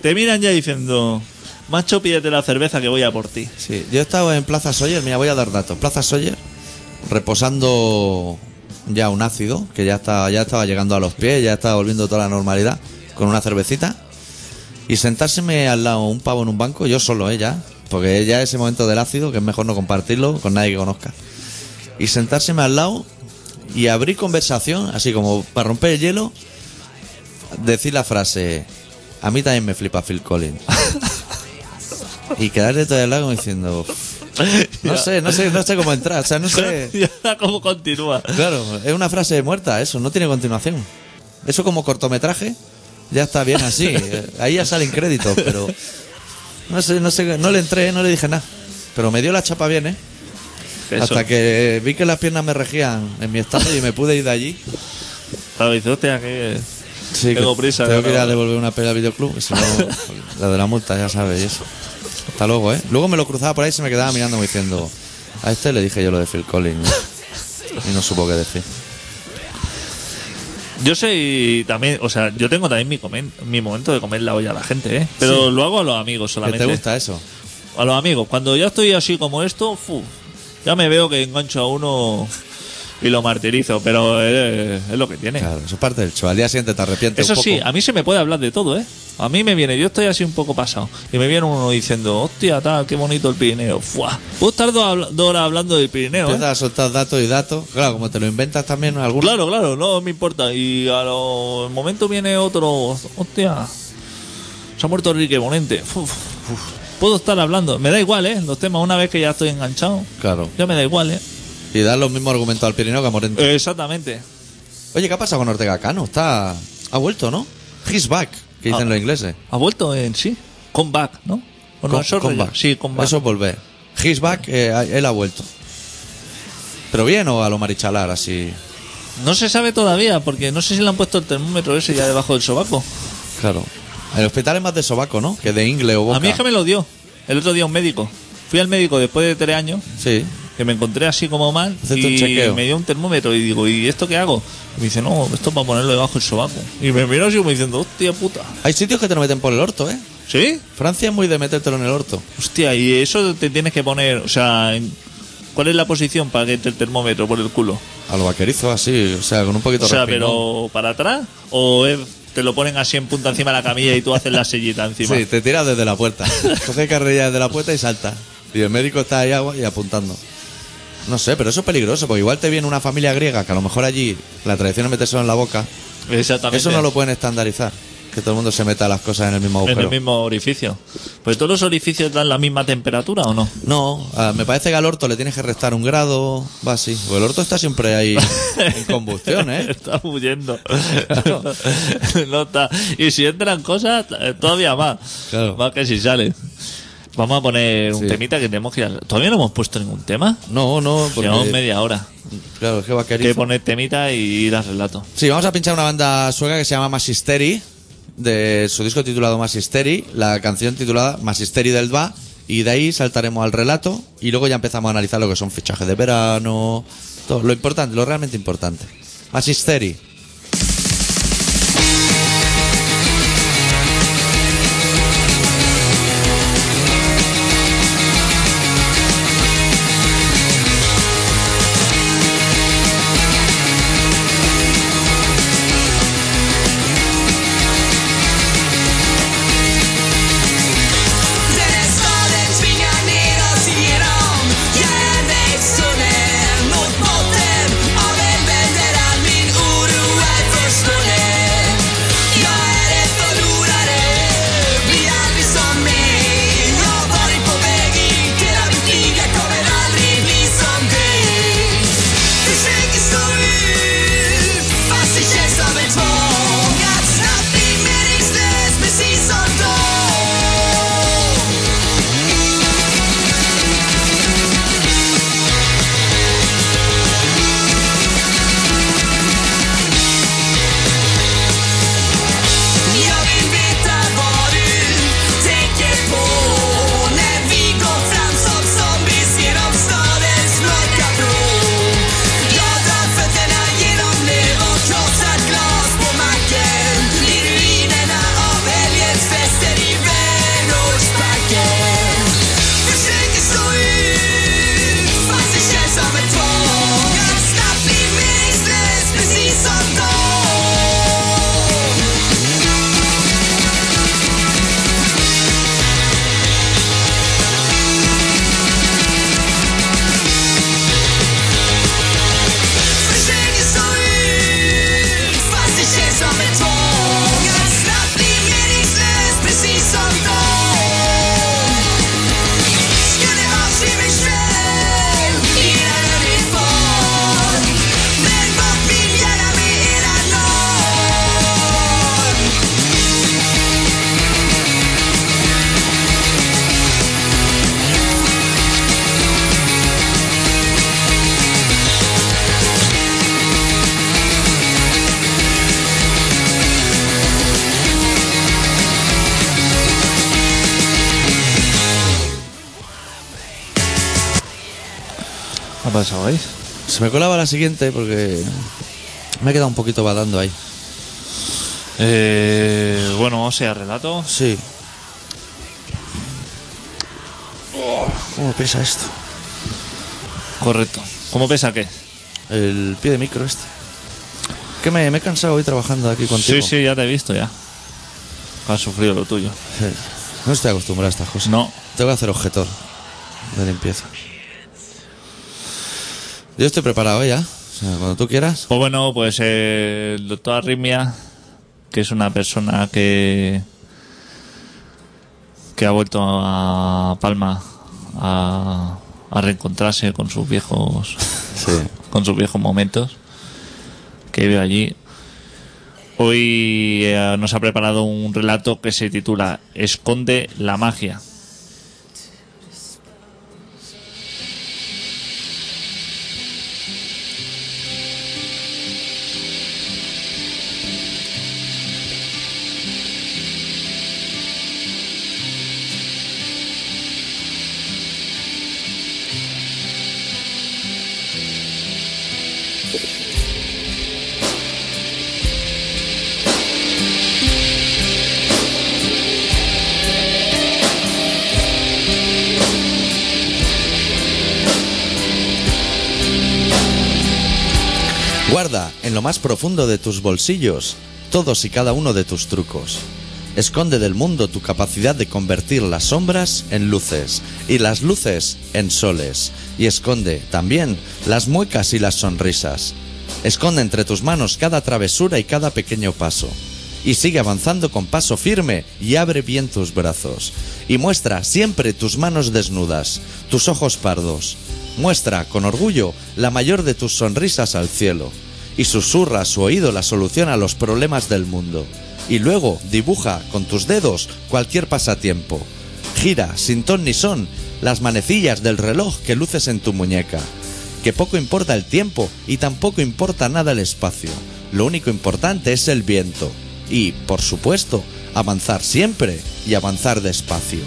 Speaker 3: Te miran ya diciendo... Macho, pídete la cerveza que voy a por ti.
Speaker 1: Sí, yo he estado en Plaza Sawyer, mira, voy a dar datos. Plaza Sawyer, reposando ya un ácido, que ya, está, ya estaba llegando a los pies, ya estaba volviendo toda la normalidad, con una cervecita. Y sentárseme al lado un pavo en un banco, yo solo, ¿eh? Ya, porque ya ese momento del ácido, que es mejor no compartirlo con nadie que conozca. Y sentárseme al lado y abrir conversación, así como para romper el hielo, decir la frase, a mí también me flipa Phil Collins. y quedarte todo el lado como diciendo... No sé, no sé, no sé cómo entrar. O sea, no sé.
Speaker 3: Y ahora cómo continúa.
Speaker 1: Claro, es una frase muerta, eso, no tiene continuación. Eso como cortometraje, ya está bien así. eh, Ahí ya salen créditos, pero. No sé, no sé, no le entré, no le dije nada. Pero me dio la chapa bien, ¿eh?
Speaker 3: Eso.
Speaker 1: Hasta que vi que las piernas me regían en mi estado y me pude ir de allí.
Speaker 3: Claro, dice, hostia, que...
Speaker 1: Sí,
Speaker 3: Tengo
Speaker 1: que
Speaker 3: prisa,
Speaker 1: Tengo que ir a
Speaker 3: claro.
Speaker 1: devolver una peli al videoclub. que si no, la de la multa, ya sabes, y eso. Hasta luego, ¿eh? Luego me lo cruzaba por ahí y se me quedaba mirando como diciendo. A este le dije yo lo de Phil Collins. ¿no?". Y no supo qué decir.
Speaker 3: Yo soy también, o sea, yo tengo también mi, comen- mi momento de comer la olla a la gente, ¿eh? Pero lo hago a los amigos
Speaker 1: Que
Speaker 3: solamente.
Speaker 1: te gusta eso.
Speaker 3: A los amigos. Cuando ya estoy así como esto, fu, ya me veo que engancho a uno y lo martirizo, pero eh, es lo que tiene.
Speaker 1: Claro, eso es parte del show. Al día siguiente te arrepientes
Speaker 3: Eso
Speaker 1: un poco.
Speaker 3: sí, a mí se me puede hablar de todo, ¿eh? A mí me viene, yo estoy así un poco pasado. Y me viene uno diciendo, hostia, tal, qué bonito el Pirineo. Fuah. Puedo estar dos, habla- dos horas hablando del Pirineo, ¿eh?
Speaker 1: Empiezas a soltar datos y datos. Claro, como te lo inventas también algunos.
Speaker 3: Claro, claro, no me importa. Y a lo- al momento viene otro. Hostia, se ha muerto Enrique Bonente. Uf, uf. Puedo estar hablando. Me da igual, ¿eh? Los temas, una vez que ya estoy enganchado,
Speaker 1: Claro.
Speaker 3: ya me da igual, ¿eh?
Speaker 1: Y das los mismos argumentos al Pirineo que a Morente.
Speaker 3: Exactamente.
Speaker 1: Oye, ¿qué ha pasado con Ortega Cano? Está... Ha vuelto, ¿no? He's back, que dicen
Speaker 3: Ah.
Speaker 1: los ingleses.
Speaker 3: Ha vuelto en sí. Comeback, ¿no? ¿O no,
Speaker 1: Con-
Speaker 3: eso es
Speaker 1: con
Speaker 3: rollo-
Speaker 1: back.
Speaker 3: Sí, comeback.
Speaker 1: Eso es volver. He's back, eh, él ha vuelto. Pero bien o a lo marichalar, así.
Speaker 3: No se sabe todavía, porque no sé si le han puesto el termómetro ese ya debajo del sobaco.
Speaker 1: Claro. El hospital es más de sobaco, ¿no? Que de ingle o boca.
Speaker 3: A mí es que me lo dio. El otro día un médico. Fui al médico después de tres años
Speaker 1: Sí.
Speaker 3: que me encontré así como mal
Speaker 1: Hacerte un
Speaker 3: y
Speaker 1: chequeo.
Speaker 3: me dio un termómetro y digo, ¿y esto qué hago? Y me dice, no, esto es para ponerlo debajo del sobaco. Y me miró así como diciendo, hostia puta.
Speaker 1: Hay sitios que te lo meten por el orto, ¿eh?
Speaker 3: ¿Sí?
Speaker 1: Francia es muy de metértelo en el orto.
Speaker 3: Hostia, y eso te tienes que poner, o sea, en- ¿cuál es la posición para que entre el termómetro por el culo?
Speaker 1: A lo vaquerizo, así. O sea, con un poquito
Speaker 3: O sea,
Speaker 1: respingo.
Speaker 3: pero ¿para atrás? ¿O es- te lo ponen así en punta encima de la camilla y tú haces la sellita encima?
Speaker 1: Sí, te tiras desde la puerta. Coge carrilla desde la puerta y salta. Y el médico está ahí agua y apuntando. No sé, pero eso es peligroso, porque igual te viene una familia griega que a lo mejor allí la tradición es metérselo en la boca.
Speaker 3: Exactamente.
Speaker 1: Eso no lo pueden estandarizar. Que todo el mundo se meta las cosas en el mismo
Speaker 3: En
Speaker 1: agujero.
Speaker 3: el mismo orificio. Pues todos los orificios dan la misma temperatura o no?
Speaker 1: No, ah, me parece que al orto le tienes que restar un grado, va así. Porque el orto está siempre ahí en combustión, ¿eh?
Speaker 3: Está huyendo. No, no está. Y si entran cosas, eh, todavía más.
Speaker 1: Claro.
Speaker 3: Más que si sale. Vamos a poner un
Speaker 1: Sí.
Speaker 3: temita que tenemos que ir a- Todavía no hemos puesto ningún tema.
Speaker 1: No, no,
Speaker 3: Llevamos
Speaker 1: porque...
Speaker 3: media hora.
Speaker 1: Claro, es que
Speaker 3: Hay que
Speaker 1: vaquerizo.
Speaker 3: poner temita y ir al relato.
Speaker 1: Sí, vamos a pinchar una banda sueca que se llama Masisteri, de su disco titulado Masisteri, la canción titulada Masisteri del Va, y de ahí saltaremos al relato y luego ya empezamos a analizar lo que son fichajes de verano, todo, lo importante, lo realmente importante. Masisteri.
Speaker 2: Staden tvingar ner oss genom järnvägstunneln mot botten av helvetet. All min oro är försvunnen. Jag är en förlorare, blir aldrig som mig. Jag har varit på väg in, hela mitt liv. Jag kommer aldrig bli som dig. Försöker stå ut, fast det känns som ett tvång. Att snabbt bli meningslös, precis som dem. Jag vill veta vad du tänker på när vi går fram som zombies genom stadens mörka blå. Jag drar fötterna genom löv och krossat glas på marken. I ruinerna av helgens fester i vänortsbacken. Försöker stå ut fast det känns som ett tvång. Att snabbt bli meningslös precis som dem. Försöker stå ut fast det känns som ett tvång Att snabbt bli meningslös precis som dem Skulle avsky mig själv innan jag blir barn Men vart vill gärna med era norm?
Speaker 3: ¿Ha pasado ahí?
Speaker 1: Se me colaba la siguiente porque me he quedado un poquito badando ahí.
Speaker 3: Eh, bueno, o sea, relato.
Speaker 1: Sí. ¿Cómo pesa esto?
Speaker 3: Correcto. ¿Cómo pesa qué?
Speaker 1: El pie de micro este. Que me, me he cansado hoy trabajando aquí contigo.
Speaker 3: Sí, sí, ya te he visto ya. Has sufrido lo tuyo.
Speaker 1: Eh, No estoy acostumbrado a estas cosas.
Speaker 3: No.
Speaker 1: Tengo que hacer objetor de limpieza. Yo estoy preparado ya. O sea, cuando tú quieras.
Speaker 3: Pues bueno, pues eh, el doctor Arritmia, que es una persona que, que ha vuelto a Palma a, a reencontrarse con sus viejos
Speaker 1: Sí.
Speaker 3: con sus viejos momentos que vive allí. Hoy eh, nos ha preparado un relato que se titula Esconde la magia.
Speaker 1: Guarda en lo más profundo de tus bolsillos todos y cada uno de tus trucos. Esconde del mundo tu capacidad de convertir las sombras en luces y las luces en soles. Y esconde también las muecas y las sonrisas. Esconde entre tus manos cada travesura y cada pequeño paso. Y sigue avanzando con paso firme y abre bien tus brazos. Y muestra siempre tus manos desnudas, tus ojos pardos. Muestra con orgullo la mayor de tus sonrisas al cielo. Y susurra a su oído la solución a los problemas del mundo. Y luego dibuja con tus dedos cualquier pasatiempo. Gira, sin ton ni son, las manecillas del reloj que luces en tu muñeca que poco importa el tiempo y tampoco importa nada el espacio. Lo único importante es el viento. Y, por supuesto, avanzar siempre y avanzar despacio.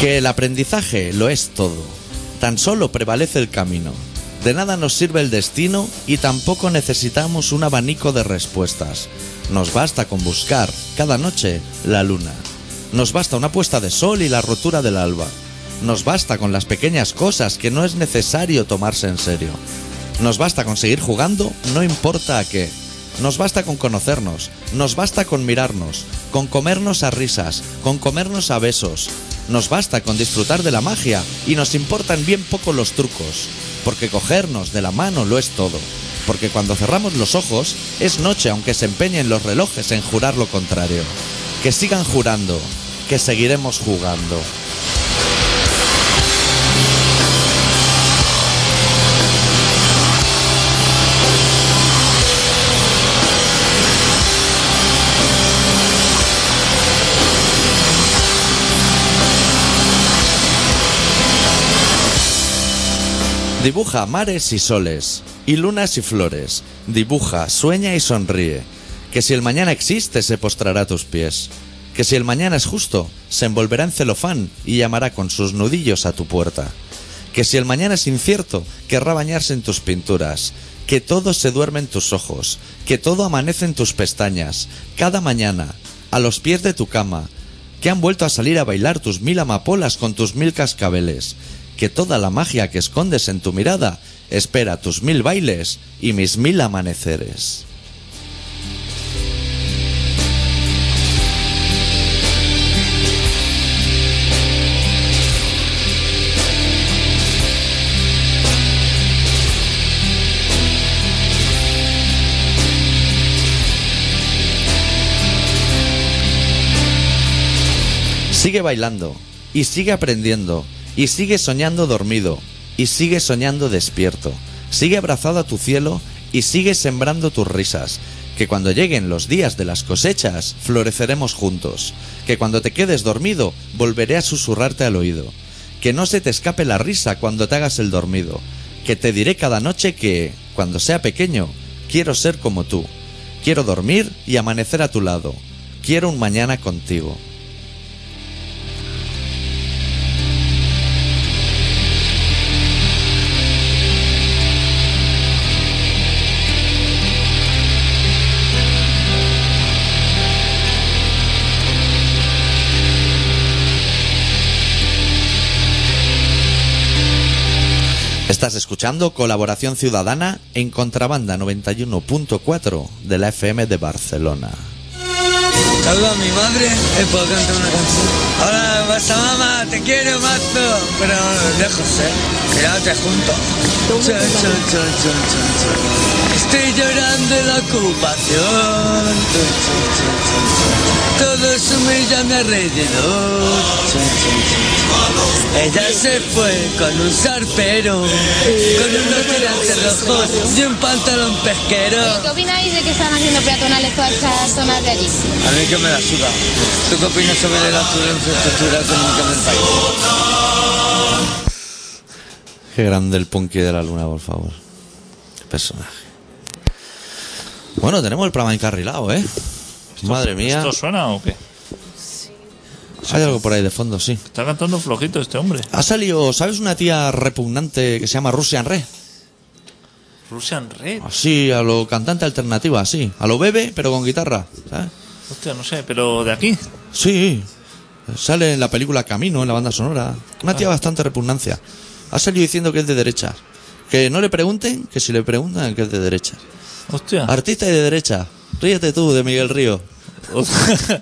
Speaker 1: Que el aprendizaje lo es todo. Tan solo prevalece el camino. De nada nos sirve el destino y tampoco necesitamos un abanico de respuestas. Nos basta con buscar, cada noche, la luna. Nos basta una puesta de sol y la rotura del alba. Nos basta con las pequeñas cosas que no es necesario tomarse en serio. Nos basta con seguir jugando, no importa a qué. Nos basta con conocernos, nos basta con mirarnos, con comernos a risas, con comernos a besos. Nos basta con disfrutar de la magia y nos importan bien poco los trucos, porque cogernos de la mano lo es todo. Porque cuando cerramos los ojos es noche aunque se empeñen los relojes en jurar lo contrario. Que sigan jurando, que seguiremos jugando. Dibuja mares y soles, y lunas y flores. Dibuja, sueña y sonríe. Que si el mañana existe, se postrará a tus pies. Que si el mañana es justo, se envolverá en celofán y llamará con sus nudillos a tu puerta. Que si el mañana es incierto, querrá bañarse en tus pinturas. Que todo se duerme en tus ojos. Que todo amanece en tus pestañas. Cada mañana, a los pies de tu cama, que han vuelto a salir a bailar tus mil amapolas con tus mil cascabeles, que toda la magia que escondes en tu mirada espera tus mil bailes y mis mil amaneceres. Sigue bailando, y sigue aprendiendo, y sigue soñando dormido, y sigue soñando despierto. Sigue abrazado a tu cielo y sigue sembrando tus risas, que cuando lleguen los días de las cosechas floreceremos juntos, que cuando te quedes dormido volveré a susurrarte al oído, que no se te escape la risa cuando te hagas el dormido, que te diré cada noche que, cuando sea pequeño, quiero ser como tú, Quiero dormir y amanecer a tu lado. Quiero un mañana contigo. Estás escuchando Colaboración Ciudadana en Contrabanda 91.4 de la FM de Barcelona.
Speaker 4: Saludo a mi madre, eh, puedo cantar una canción. Hola, pasa mamá, te quiero, mazo. Pero lejos, eh. Cuidado, te junto. Chon, chon, chon, chon, chon, chon. Estoy llorando en la ocupación. Chon, chon, chon, chon, chon. Todo se humilla a mi alrededor. Chon, chon, chon, chon. Ella se fue con un sarpero, con unos tirantes rojos y un pantalón pesquero.
Speaker 5: ¿Qué opináis de que están haciendo peatonales todas estas zonas de allí?
Speaker 4: A mí que me la suda. ¿Tú qué opinas sobre la infraestructura económica del país?
Speaker 1: Qué grande el punky de la luna, por favor. Qué personaje. Bueno, tenemos el programa encarrilado, ¿eh? Madre mía.
Speaker 3: ¿Esto suena o qué?
Speaker 1: Hay algo por ahí de fondo, sí.
Speaker 3: Está cantando flojito este hombre.
Speaker 1: Ha salido, ¿sabes una tía repugnante que se llama Russian Red?
Speaker 3: Russian Red.
Speaker 1: Así, a lo cantante alternativa, así. A lo bebe, pero con guitarra, ¿sabes?
Speaker 3: Hostia, no sé, pero de aquí.
Speaker 1: Sí. Sale en la película Camino, en la banda sonora. Una tía bastante repugnancia. Ha salido diciendo que es de derecha. Que no le pregunten, que si le preguntan, que es de derecha.
Speaker 3: Hostia.
Speaker 1: Artista y de derecha. Ríete tú de Miguel Río.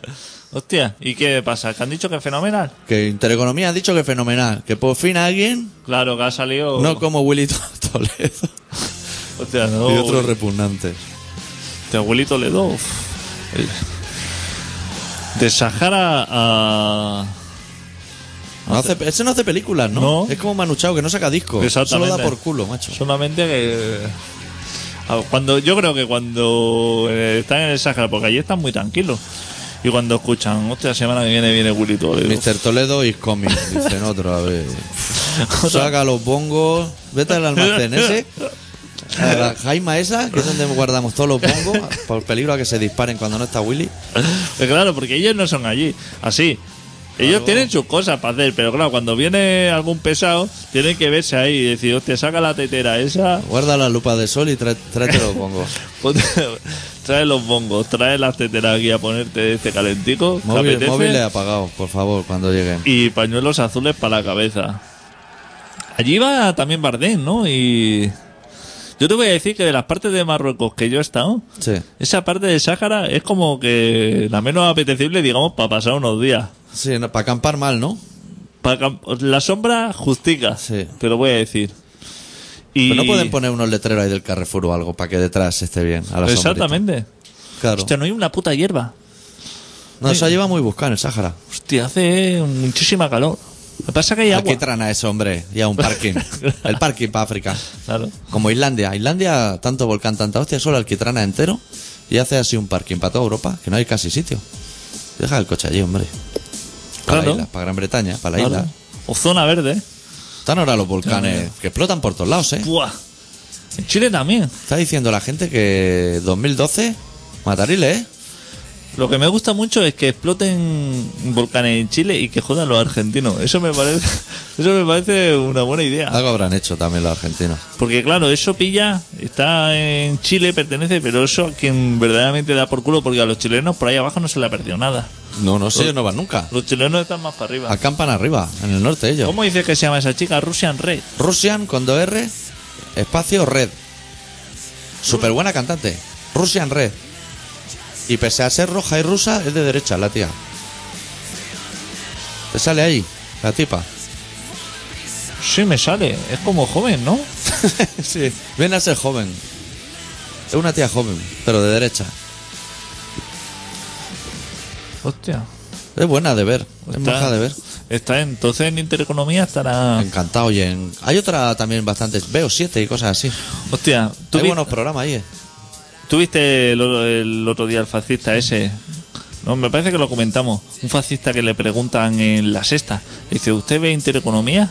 Speaker 3: Hostia, ¿y qué pasa? ¿Que han dicho que es fenomenal?
Speaker 1: Que Intereconomía ha dicho que fenomenal. Que por fin alguien,
Speaker 3: Claro, que ha salido.
Speaker 1: no como Willy To- Toledo.
Speaker 3: Hostia, no.
Speaker 1: Y otros repugnantes.
Speaker 3: De abuelito le do. De Sahara ah, a.
Speaker 1: No hace, ese no hace películas, ¿no?
Speaker 3: No.
Speaker 1: Es como Manuchao, que no saca disco.
Speaker 3: Exactamente.
Speaker 1: Solo da por culo, macho.
Speaker 3: Solamente que. a- Cuando, yo creo que cuando eh, están en el Sahara, porque allí están muy tranquilos. Y cuando escuchan, hostia, la semana que viene viene Willy Toledo.
Speaker 1: Mr. Toledo is coming, dicen otra vez. Saca los bongos, vete al almacén ese. A la jaima esa, que es donde guardamos todos los bongos, por peligro a que se disparen cuando no está Willy.
Speaker 3: Eh, Claro, porque ellos no son allí. Así. Ellos tienen sus cosas para hacer, pero claro, cuando viene algún pesado, tienen que verse ahí y decir, hostia, saca la tetera esa,
Speaker 1: Guarda la lupa de sol y trá- tráete los bongos.
Speaker 3: ponte- trae los bongos, trae las teteras aquí a ponerte este calentico, ¿te
Speaker 1: Móvil, eh.
Speaker 3: apetece?
Speaker 1: móviles apagados, por favor, cuando lleguen.
Speaker 3: y pañuelos azules para la cabeza. Allí va también Bardem, ¿no? Y yo te voy a decir que de las partes de Marruecos que yo he estado,
Speaker 1: Sí,
Speaker 3: esa parte del Sáhara es como que la menos apetecible, digamos, para pasar unos días.
Speaker 1: sí para acampar mal, ¿no?
Speaker 3: Pa' cam- La sombra justica,
Speaker 1: Sí.
Speaker 3: te lo voy a decir. Y...
Speaker 1: Pero no pueden poner unos letreros ahí del Carrefour o algo para que detrás esté bien. A la sombrita.
Speaker 3: Exactamente.
Speaker 1: Claro.
Speaker 3: Hostia, no hay una puta hierba.
Speaker 1: No, eso lleva muy buscado en el Sáhara.
Speaker 3: Hostia, hace muchísima calor. Lo que pasa es que hay
Speaker 1: ¿A qué
Speaker 3: agua.
Speaker 1: trana eso, hombre? Y a un parking. El parking para África.
Speaker 3: Claro.
Speaker 1: Como Islandia. Islandia, tanto volcán, tanta hostia, solo alquitrana entero. Y hace así un parking para toda Europa, que no hay casi sitio. Deja el coche allí, hombre. Para,
Speaker 3: Claro.
Speaker 1: la isla, para Gran Bretaña, para la
Speaker 3: Claro.
Speaker 1: isla.
Speaker 3: O zona verde.
Speaker 1: Están ahora los volcanes que explotan por todos lados, ¿eh?
Speaker 3: Buah. En Chile también.
Speaker 1: Está diciendo la gente que 2012, matarile, ¿eh?
Speaker 3: Lo que me gusta mucho es que exploten volcanes en Chile y que jodan los argentinos. Eso me parece, eso me parece una buena idea.
Speaker 1: Algo habrán hecho también los argentinos.
Speaker 3: Porque claro, eso pilla, está en Chile, pertenece, pero eso a quien verdaderamente da por culo, porque a los chilenos por ahí abajo no se le ha perdido nada.
Speaker 1: No, no sé, ellos no van nunca.
Speaker 3: Los chilenos están más para arriba.
Speaker 1: Pues Acampan arriba, en el norte ellos.
Speaker 3: ¿Cómo dice que se llama esa chica? Russian Red.
Speaker 1: Russian con dos R, espacio red. Súper buena cantante. Russian red. Y pese a ser roja y rusa, es de derecha la tía. Te sale ahí, la tipa.
Speaker 3: Sí, me sale. Es como joven, ¿no?
Speaker 1: sí. Viene a ser joven. Es una tía joven, pero de derecha.
Speaker 3: Hostia.
Speaker 1: Es buena de ver. Es
Speaker 3: Está- Ah.
Speaker 1: maja de ver.
Speaker 3: Está entonces en Intereconomía estará.
Speaker 1: Encantado y en... Hay otra también bastante. Veo siete y cosas así.
Speaker 3: Hostia, tú
Speaker 1: Hay
Speaker 3: vi-
Speaker 1: buenos programas ahí. eh.
Speaker 3: ¿Tuviste el, o- el otro día el fascista ese? No, me parece que lo comentamos. Un fascista que le preguntan en la sexta. Dice, ¿usted ve intereconomía?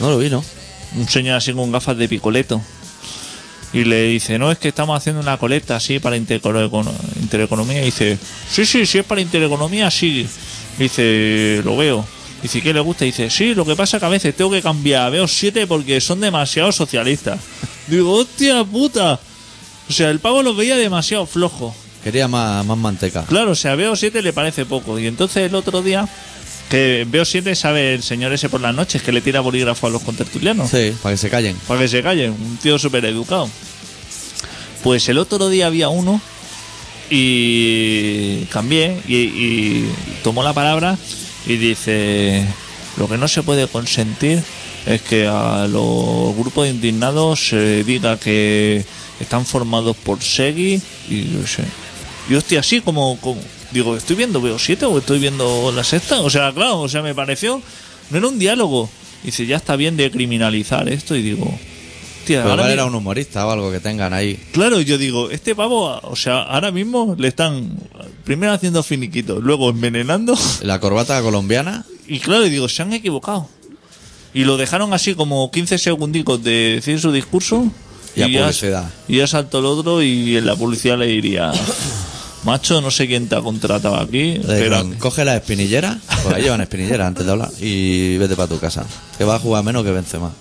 Speaker 1: No lo vi, ¿no?
Speaker 3: Un señor así con gafas de picoleto. Y le dice, no, es que estamos haciendo una colecta así para interecono- intereconomía. Y dice, sí, sí, sí, es para intereconomía, sí. Dice, lo veo. Dice, ¿qué le gusta? Dice, sí, lo que pasa es que a veces tengo que cambiar. Veo siete porque son demasiado socialistas. Digo, hostia puta. O sea, el pavo los veía demasiado flojo.
Speaker 1: Quería más, más manteca.
Speaker 3: Claro, o sea, veo 7 le parece poco. Y entonces el otro día, que veo 7 sabe el señor ese por las noches que le tira bolígrafo a los contertulianos.
Speaker 1: Sí, para que se callen.
Speaker 3: Para que se callen, un tío súper educado. Pues el otro día había uno y cambié y, y tomó la palabra y dice, lo que no se puede consentir es que a los grupos de indignados se diga que están formados por Segui y yo sé. Y hostia, así como, como- digo, ¿estoy viendo Veo 7 o estoy viendo la sexta? O sea, claro, o sea, me pareció, no era un diálogo. Dice, ya está bien de criminalizar esto y digo,
Speaker 1: Pero
Speaker 3: hostia, ahora
Speaker 1: Pues igual
Speaker 3: mi-
Speaker 1: era un humorista o algo que tengan ahí.
Speaker 3: Claro, yo digo, este pavo, o sea, ahora mismo le están primero haciendo finiquitos, luego envenenando,
Speaker 1: La corbata colombiana. eh,
Speaker 3: y claro, digo, se han equivocado. Y lo dejaron así como 15 segundicos de decir su discurso.
Speaker 1: Y a
Speaker 3: ya-
Speaker 1: publicidad.
Speaker 3: Y ya saltó el otro y en la publicidad le diría, macho, no sé quién te ha contratado aquí,
Speaker 1: Le
Speaker 3: pero
Speaker 1: dijeron, coge la espinillera. Pues ahí llevan espinillera antes de hablar. Y vete para tu casa. Que va a jugar menos que vence más.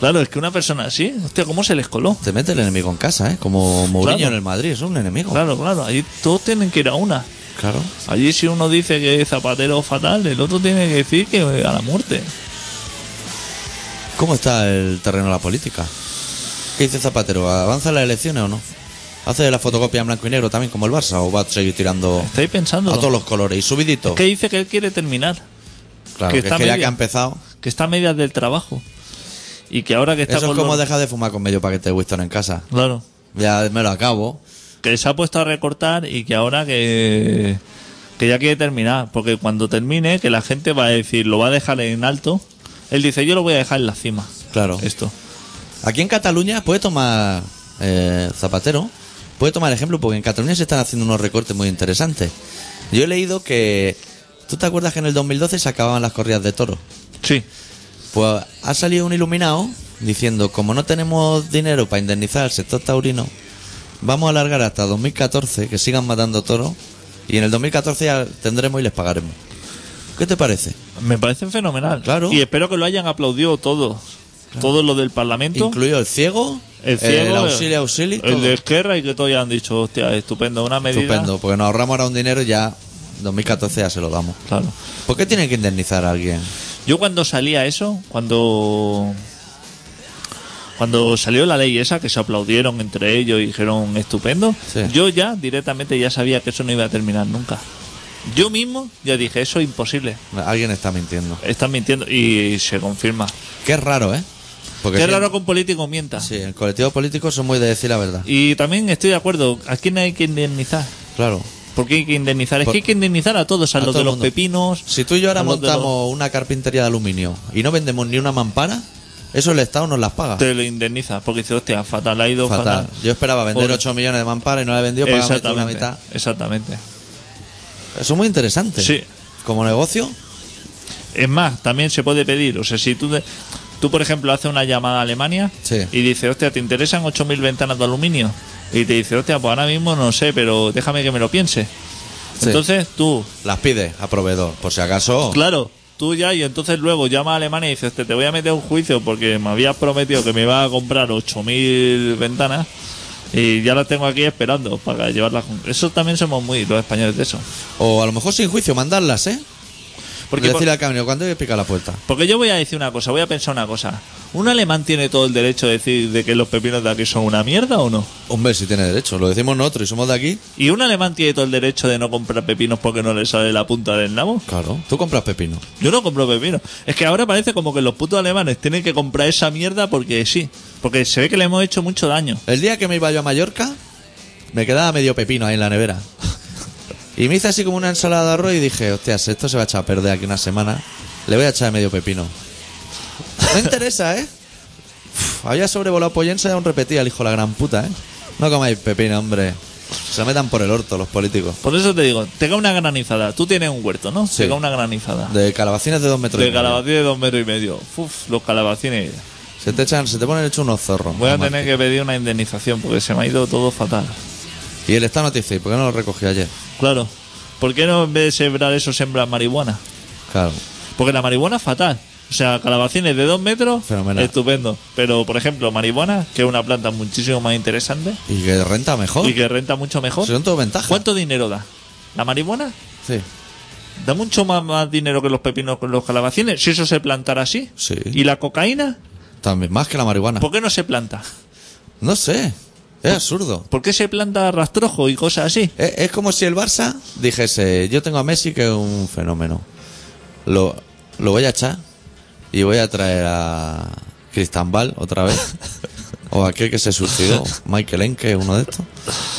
Speaker 3: claro, es que una persona así, hostia, ¿cómo se les coló?
Speaker 1: Te mete el enemigo en casa, ¿eh? Como Mourinho
Speaker 3: Claro.
Speaker 1: en el Madrid. Es un enemigo.
Speaker 3: Claro, claro, allí todos tienen que ir a una.
Speaker 1: Claro.
Speaker 3: Allí si uno dice que es zapatero fatal, el otro tiene que decir que a la muerte.
Speaker 1: ¿Cómo está el terreno de la política? ¿Qué dice Zapatero? ¿Avanza las elecciones o no? ¿Hace la fotocopia en blanco y negro también como el Barça o va a seguir tirando
Speaker 3: Estáis pensando
Speaker 1: a todos los colores y subidito?
Speaker 3: que dice que él quiere terminar,
Speaker 1: Claro,
Speaker 3: que
Speaker 1: que, es
Speaker 3: está
Speaker 1: que ya
Speaker 3: medio.
Speaker 1: que ha empezado.
Speaker 3: que está a medias del trabajo y que ahora que está
Speaker 1: Eso es
Speaker 3: con
Speaker 1: como
Speaker 3: los-
Speaker 1: dejar de fumar con medio paquete de Winston en casa.
Speaker 3: claro,
Speaker 1: Ya me lo acabo.
Speaker 3: que se ha puesto a recortar y que ahora que que ya quiere terminar, porque cuando termine que la gente va a decir, lo va a dejar en alto. Él dice, "Yo lo voy a dejar en la cima."
Speaker 1: Claro.
Speaker 3: Esto.
Speaker 1: Aquí en Cataluña puede tomar eh, Zapatero, puede tomar ejemplo porque en Cataluña se están haciendo unos recortes muy interesantes. Yo he leído que... ¿Tú te acuerdas que en el 2012 se acababan las corridas de toros?
Speaker 3: Sí.
Speaker 1: Pues ha salido un iluminado diciendo, como no tenemos dinero para indemnizar al sector taurino, vamos a alargar hasta 2014 que sigan matando toros y en el 2014 ya tendremos y les pagaremos. ¿Qué te parece?
Speaker 3: Me parece fenomenal.
Speaker 1: Claro.
Speaker 3: Y espero que lo hayan aplaudido todos. Todo lo del Parlamento.
Speaker 1: Incluido el ciego,
Speaker 3: el ciego,
Speaker 1: auxilio, auxilio,
Speaker 3: el de Esquerra y que todos ya han dicho, hostia, estupendo, una medida.
Speaker 1: Estupendo, porque nos ahorramos ahora un dinero y ya 2014 ya se lo damos.
Speaker 3: Claro.
Speaker 1: ¿Por qué tienen que indemnizar a alguien?
Speaker 3: Yo cuando salía eso, cuando cuando salió la ley esa que se aplaudieron entre ellos y dijeron estupendo,
Speaker 1: Sí.
Speaker 3: yo ya directamente ya sabía que eso no iba a terminar nunca. Yo mismo ya dije, eso es imposible.
Speaker 1: Alguien está mintiendo.
Speaker 3: Están mintiendo y se confirma.
Speaker 1: Qué raro, ¿eh? Porque
Speaker 3: Qué
Speaker 1: sí,
Speaker 3: raro que un político mienta.
Speaker 1: Sí, el colectivo político son muy de decir la verdad.
Speaker 3: Y también estoy de acuerdo, ¿a quién hay que indemnizar?
Speaker 1: Claro.
Speaker 3: ¿Por qué hay que indemnizar? Es
Speaker 1: Por-
Speaker 3: que hay que indemnizar a todos, a,
Speaker 1: A
Speaker 3: los
Speaker 1: todo
Speaker 3: de
Speaker 1: el
Speaker 3: los
Speaker 1: mundo.
Speaker 3: pepinos.
Speaker 1: Si tú y yo ahora
Speaker 3: a los de los-
Speaker 1: montamos una carpintería de aluminio y no vendemos ni una mampara, eso el Estado nos las paga.
Speaker 3: Te lo indemnizas, porque dices, hostia, fatal, ha ido fatal.
Speaker 1: Fatal. Yo esperaba vender
Speaker 3: Pobre.
Speaker 1: 8 millones de mamparas y no la he vendido, pagame tú la
Speaker 3: Exactamente,
Speaker 1: mitad.
Speaker 3: exactamente.
Speaker 1: Eso es muy interesante.
Speaker 3: Sí.
Speaker 1: Como negocio,
Speaker 3: Es más, también se puede pedir. O sea, si tú, de- tú por ejemplo, haces una llamada a Alemania
Speaker 1: Sí.
Speaker 3: y dices, hostia, ¿te interesan 8.000 ventanas de aluminio? Y te dice, hostia, pues ahora mismo no sé, pero déjame que me lo piense.
Speaker 1: Sí. Pues.
Speaker 3: Entonces tú,
Speaker 1: las pides a proveedor, por si acaso.
Speaker 3: claro, tú ya, y entonces luego llamas a Alemania y dices, hostia, te voy a meter un juicio porque me habías prometido que me iba a comprar 8.000 ventanas. Y ya las tengo aquí esperando para llevarlas. con- Eso también somos muy los españoles de eso.
Speaker 1: O a lo mejor sin juicio, mandarlas, ¿eh?
Speaker 3: Porque por-
Speaker 1: Decirle al camionero, ¿cuándo voy a picar la puerta?
Speaker 3: Porque yo voy a decir una cosa, voy a pensar una cosa. ¿Un alemán tiene todo el derecho de decir de que los pepinos de aquí son una mierda o no?
Speaker 1: Hombre, si tiene derecho, lo decimos nosotros y somos de aquí.
Speaker 3: ¿Y un alemán tiene todo el derecho de no comprar pepinos porque no le sale la punta del nabo?
Speaker 1: Claro. Tú compras pepino.
Speaker 3: Yo no compro pepinos. Es que ahora parece como que los putos alemanes tienen que comprar esa mierda porque sí. Porque se ve que le hemos hecho mucho daño.
Speaker 1: El día que me iba yo a Mallorca, me quedaba medio pepino ahí en la nevera. Y me hice así como una ensalada de arroz y dije, hostias, esto se va a echar a perder aquí una semana. Le voy a echar medio pepino. No interesa, ¿eh? Uf, había sobrevolado Poyensa y aún repetía el hijo de la gran puta, ¿eh? No comáis pepino, hombre. Se lo metan por el orto los políticos.
Speaker 3: Por eso te digo, te cae una granizada. Tú tienes un huerto, ¿no?
Speaker 1: Sí.
Speaker 3: Te cae una granizada.
Speaker 1: De calabacines de dos metros. y
Speaker 3: De
Speaker 1: medio.
Speaker 3: calabacines de dos metros y medio. Uf, los calabacines.
Speaker 1: Se te echan, se te ponen hecho unos zorros.
Speaker 3: Voy a
Speaker 1: Además,
Speaker 3: tener que pedir una indemnización porque se me ha ido todo fatal.
Speaker 1: Y el Estado no te dice, ¿por qué no lo recogió ayer?
Speaker 3: Claro. ¿Por qué no en vez de sembrar eso sembran marihuana?
Speaker 1: Claro.
Speaker 3: Porque la marihuana es fatal. O sea, calabacines de dos metros,
Speaker 1: Fenomenal.
Speaker 3: estupendo. Pero, por ejemplo, marihuana, que es una planta muchísimo más interesante
Speaker 1: Y que renta mejor.
Speaker 3: y que renta mucho mejor.
Speaker 1: Son todo ventajas.
Speaker 3: ¿Cuánto dinero da? ¿La marihuana?
Speaker 1: Sí.
Speaker 3: ¿Da mucho más, más dinero que los pepinos con los calabacines? Si eso se plantara así.
Speaker 1: Sí. Ah.
Speaker 3: ¿Y la cocaína?
Speaker 1: También, más que la marihuana.
Speaker 3: ¿Por qué no se planta?
Speaker 1: No sé. Es absurdo.
Speaker 3: ¿Por qué se planta rastrojo y cosas así?
Speaker 1: Es, es como si el Barça dijese, yo tengo a Messi que es un fenómeno. Lo, lo voy a echar y voy a traer a Cristambal otra vez. o a aquel que se suicidó, Michael Enke, uno de estos.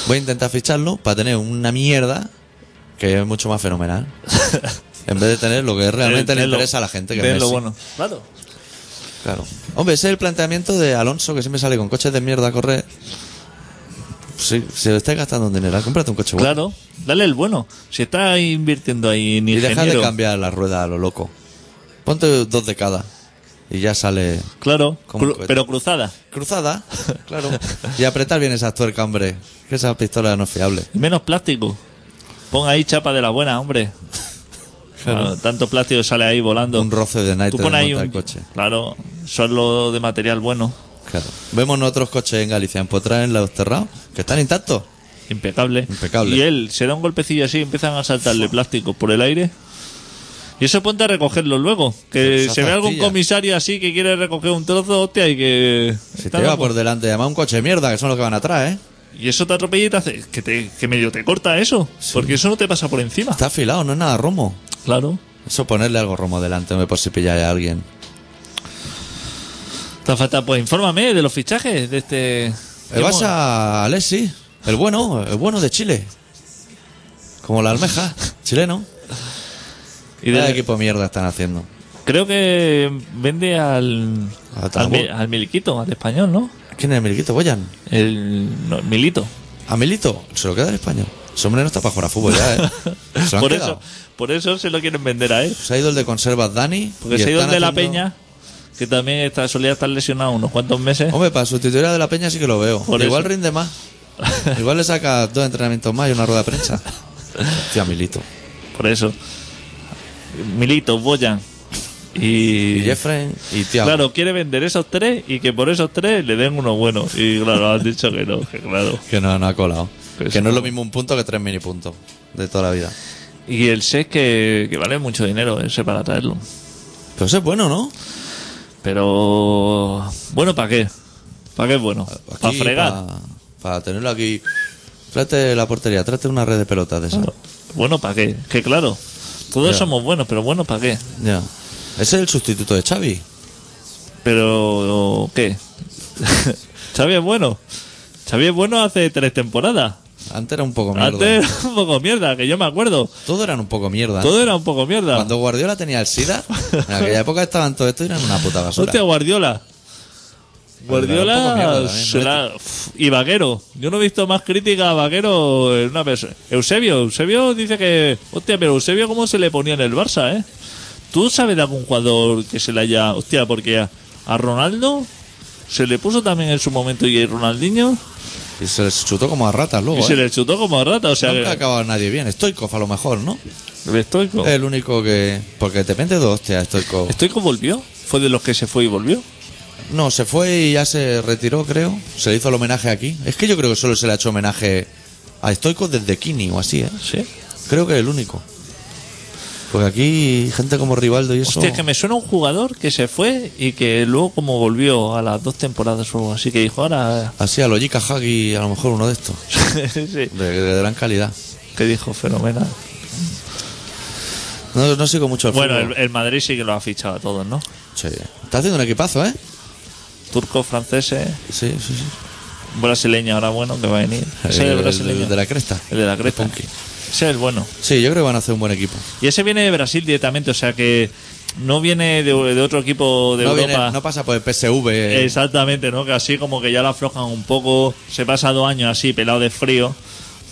Speaker 1: Voy a intentar ficharlo para tener una mierda que es mucho más fenomenal. en vez de tener lo que realmente
Speaker 3: Eh,
Speaker 1: le
Speaker 3: es lo-
Speaker 1: interesa a la gente que
Speaker 3: es
Speaker 1: es
Speaker 3: lo
Speaker 1: Messi.
Speaker 3: bueno. Claro.
Speaker 1: Claro. Hombre, ese es el planteamiento de Alonso que siempre sale con coches de mierda a correr. Sí, se le está gastando un dinero. Cómprate un coche bueno.
Speaker 3: Claro. Dale el bueno. Si está invirtiendo ahí en
Speaker 1: Y deja de
Speaker 3: ingeniero.
Speaker 1: cambiar la rueda a lo loco. Ponte dos de cada. Y ya sale
Speaker 3: claro.
Speaker 1: Como
Speaker 3: cru-
Speaker 1: cohete.
Speaker 3: pero cruzada.
Speaker 1: cruzada. Claro. Y apretar bien esas tuercas, hombre. Que esa pistola no es fiable.
Speaker 3: Y menos plástico. Pon ahí chapa de la buena, hombre. Claro, tanto plástico sale ahí volando.
Speaker 1: Un roce de night
Speaker 3: Tú pon ahí un
Speaker 1: el coche.
Speaker 3: Claro, eso es lo de material bueno.
Speaker 1: Claro. Vemos otros coches en Galicia, en Potrán, en los terrados, que están intactos.
Speaker 3: Impecable.
Speaker 1: Impecable.
Speaker 3: Y él se da un golpecillo así y empiezan a saltarle plásticos por el aire. Y eso ponte a recogerlo luego. Que
Speaker 1: Esa
Speaker 3: se ve algún
Speaker 1: pastilla.
Speaker 3: comisario así que quiere recoger un trozo, hostia, y que.
Speaker 1: Si
Speaker 3: Está
Speaker 1: te lleva
Speaker 3: loco.
Speaker 1: por delante, además un coche de mierda, que son los que van atrás, ¿eh?
Speaker 3: Y eso te atropella y te hace. Que, te, que medio te corta eso. Porque eso no te pasa por encima.
Speaker 1: Está afilado, no es nada romo.
Speaker 3: Claro.
Speaker 1: Eso ponerle algo romo delante, hombre, por si pilláis a alguien.
Speaker 3: Está fatal. Pues infórmame de los fichajes de este.
Speaker 1: El Barça, Alessi, el bueno, el bueno de Chile. Como la almeja, chileno.
Speaker 3: Y
Speaker 1: ¿Qué
Speaker 3: de-
Speaker 1: equipo mierda están haciendo?
Speaker 3: Creo que vende al.
Speaker 1: A
Speaker 3: Al,
Speaker 1: Tabor.
Speaker 3: mi- al Miliquito, al español, ¿no?
Speaker 1: ¿Quién es el Milito? ¿Boyan?
Speaker 3: El no, Milito.
Speaker 1: ¿A Milito? Se lo queda el español. Ese hombre no está para jugar a fútbol ya, ¿eh? Se lo han
Speaker 3: Por
Speaker 1: quedado.
Speaker 3: eso, por eso se lo quieren vender a él.
Speaker 1: Se ha ido el de conservas Dani.
Speaker 3: Porque
Speaker 1: y
Speaker 3: se ha ido el
Speaker 1: están
Speaker 3: de la
Speaker 1: haciendo-
Speaker 3: Peña, que también está, solía estar lesionado unos cuantos meses.
Speaker 1: Hombre, para sustituir a de la Peña sí que lo veo.
Speaker 3: Por
Speaker 1: Igual
Speaker 3: eso.
Speaker 1: rinde más. Igual le saca dos entrenamientos más y una rueda de prensa. Hostia, Milito.
Speaker 3: Por eso. Milito, Boyan.
Speaker 1: Y
Speaker 3: Y.
Speaker 1: Jeffrey y Tiago.
Speaker 3: Claro, quiere vender esos tres y que por esos tres le den uno bueno. Y claro, han dicho que no, que claro.
Speaker 1: Que no, no ha colado.
Speaker 3: Que
Speaker 1: Que,
Speaker 3: eso
Speaker 1: no es
Speaker 3: no.
Speaker 1: lo mismo un punto que tres mini puntos de toda la vida.
Speaker 3: Y el SES que, que vale mucho dinero ¿eh? ese para traerlo.
Speaker 1: Pero eso es bueno, ¿no?
Speaker 3: Pero. Bueno, ¿para qué? ¿Para qué es bueno? Para fregar.
Speaker 1: Para tenerlo aquí. Trate la portería, trate una red de pelotas de esa.
Speaker 3: Bueno, ¿para qué? Que claro, todos
Speaker 1: Ya.
Speaker 3: somos buenos, pero bueno, ¿para qué?
Speaker 1: Ya. Ese es el sustituto de Xavi.
Speaker 3: Pero, ¿qué? Xavi es bueno. Xavi es bueno hace tres temporadas.
Speaker 1: Antes era un poco mierda.
Speaker 3: Antes era un poco mierda, que yo me acuerdo.
Speaker 1: Todo eran un poco mierda.
Speaker 3: Todo era un poco mierda.
Speaker 1: Ah. Cuando Guardiola tenía el SIDA, en aquella época estaban todos estos y eran una puta basura.
Speaker 3: Hostia,
Speaker 1: Era
Speaker 3: Guardiola.
Speaker 1: un poco mierda
Speaker 3: Guardiola
Speaker 1: también,
Speaker 3: se la- Uf, y Vaquero. Yo no he visto más crítica a Vaquero en una persona. Eusebio, Eusebio dice que. Hostia, pero Eusebio, ¿cómo se le ponía en el Barça, eh? ¿Tú sabes de algún jugador que se le haya. Hostia, porque a, a Ronaldo se le puso también en su momento y a Ronaldinho
Speaker 1: Y se les chutó como a ratas luego.
Speaker 3: y se
Speaker 1: ¿eh?
Speaker 3: le chutó como a rata. O sea,
Speaker 1: Nunca Eh. ha
Speaker 3: que,
Speaker 1: acabado nadie bien. Stoikov a lo mejor, ¿no?
Speaker 3: el estoico.
Speaker 1: Es el único que. Porque depende de dos, hostia, Stoikov.
Speaker 3: ¿Estoico volvió? ¿Fue de los que se fue y volvió?
Speaker 1: No, se fue y ya se retiró, creo. Se le hizo el homenaje aquí. Es que yo creo que solo se le ha hecho homenaje a Stoikov desde Kini o así, ¿eh?
Speaker 3: Sí.
Speaker 1: Creo que es el único. Porque aquí gente como Rivaldo y eso.
Speaker 3: Hostia, es que me suena un jugador que se fue y que luego como volvió a las dos temporadas o algo así que dijo ahora
Speaker 1: Así a lo Yika Hagi, a lo mejor uno de estos.
Speaker 3: sí,
Speaker 1: De, de gran calidad.
Speaker 3: que dijo fenomenal.
Speaker 1: No, no sigo mucho el
Speaker 3: Bueno,
Speaker 1: fútbol.
Speaker 3: el, el Madrid sí que lo ha fichado a todos, ¿no?
Speaker 1: Sí. Está haciendo un equipazo, ¿eh?
Speaker 3: Turcos, franceses,
Speaker 1: Sí, sí, sí.
Speaker 3: eh, brasileño ahora bueno que va a venir. Ese es
Speaker 1: El-
Speaker 3: el
Speaker 1: el-
Speaker 3: brasileño.
Speaker 1: el de la cresta.
Speaker 3: El de la cresta.
Speaker 1: Punky.
Speaker 3: Ese es el bueno.
Speaker 1: Sí, yo creo que van a hacer un buen equipo.
Speaker 3: Y ese viene de Brasil directamente, o sea que no viene de, de otro equipo de
Speaker 1: No,
Speaker 3: Europa.
Speaker 1: viene- no pasa por el PSV.
Speaker 3: Exactamente, ¿no? Que así como que ya la aflojan un poco. Se pasa dos años así, pelado de frío,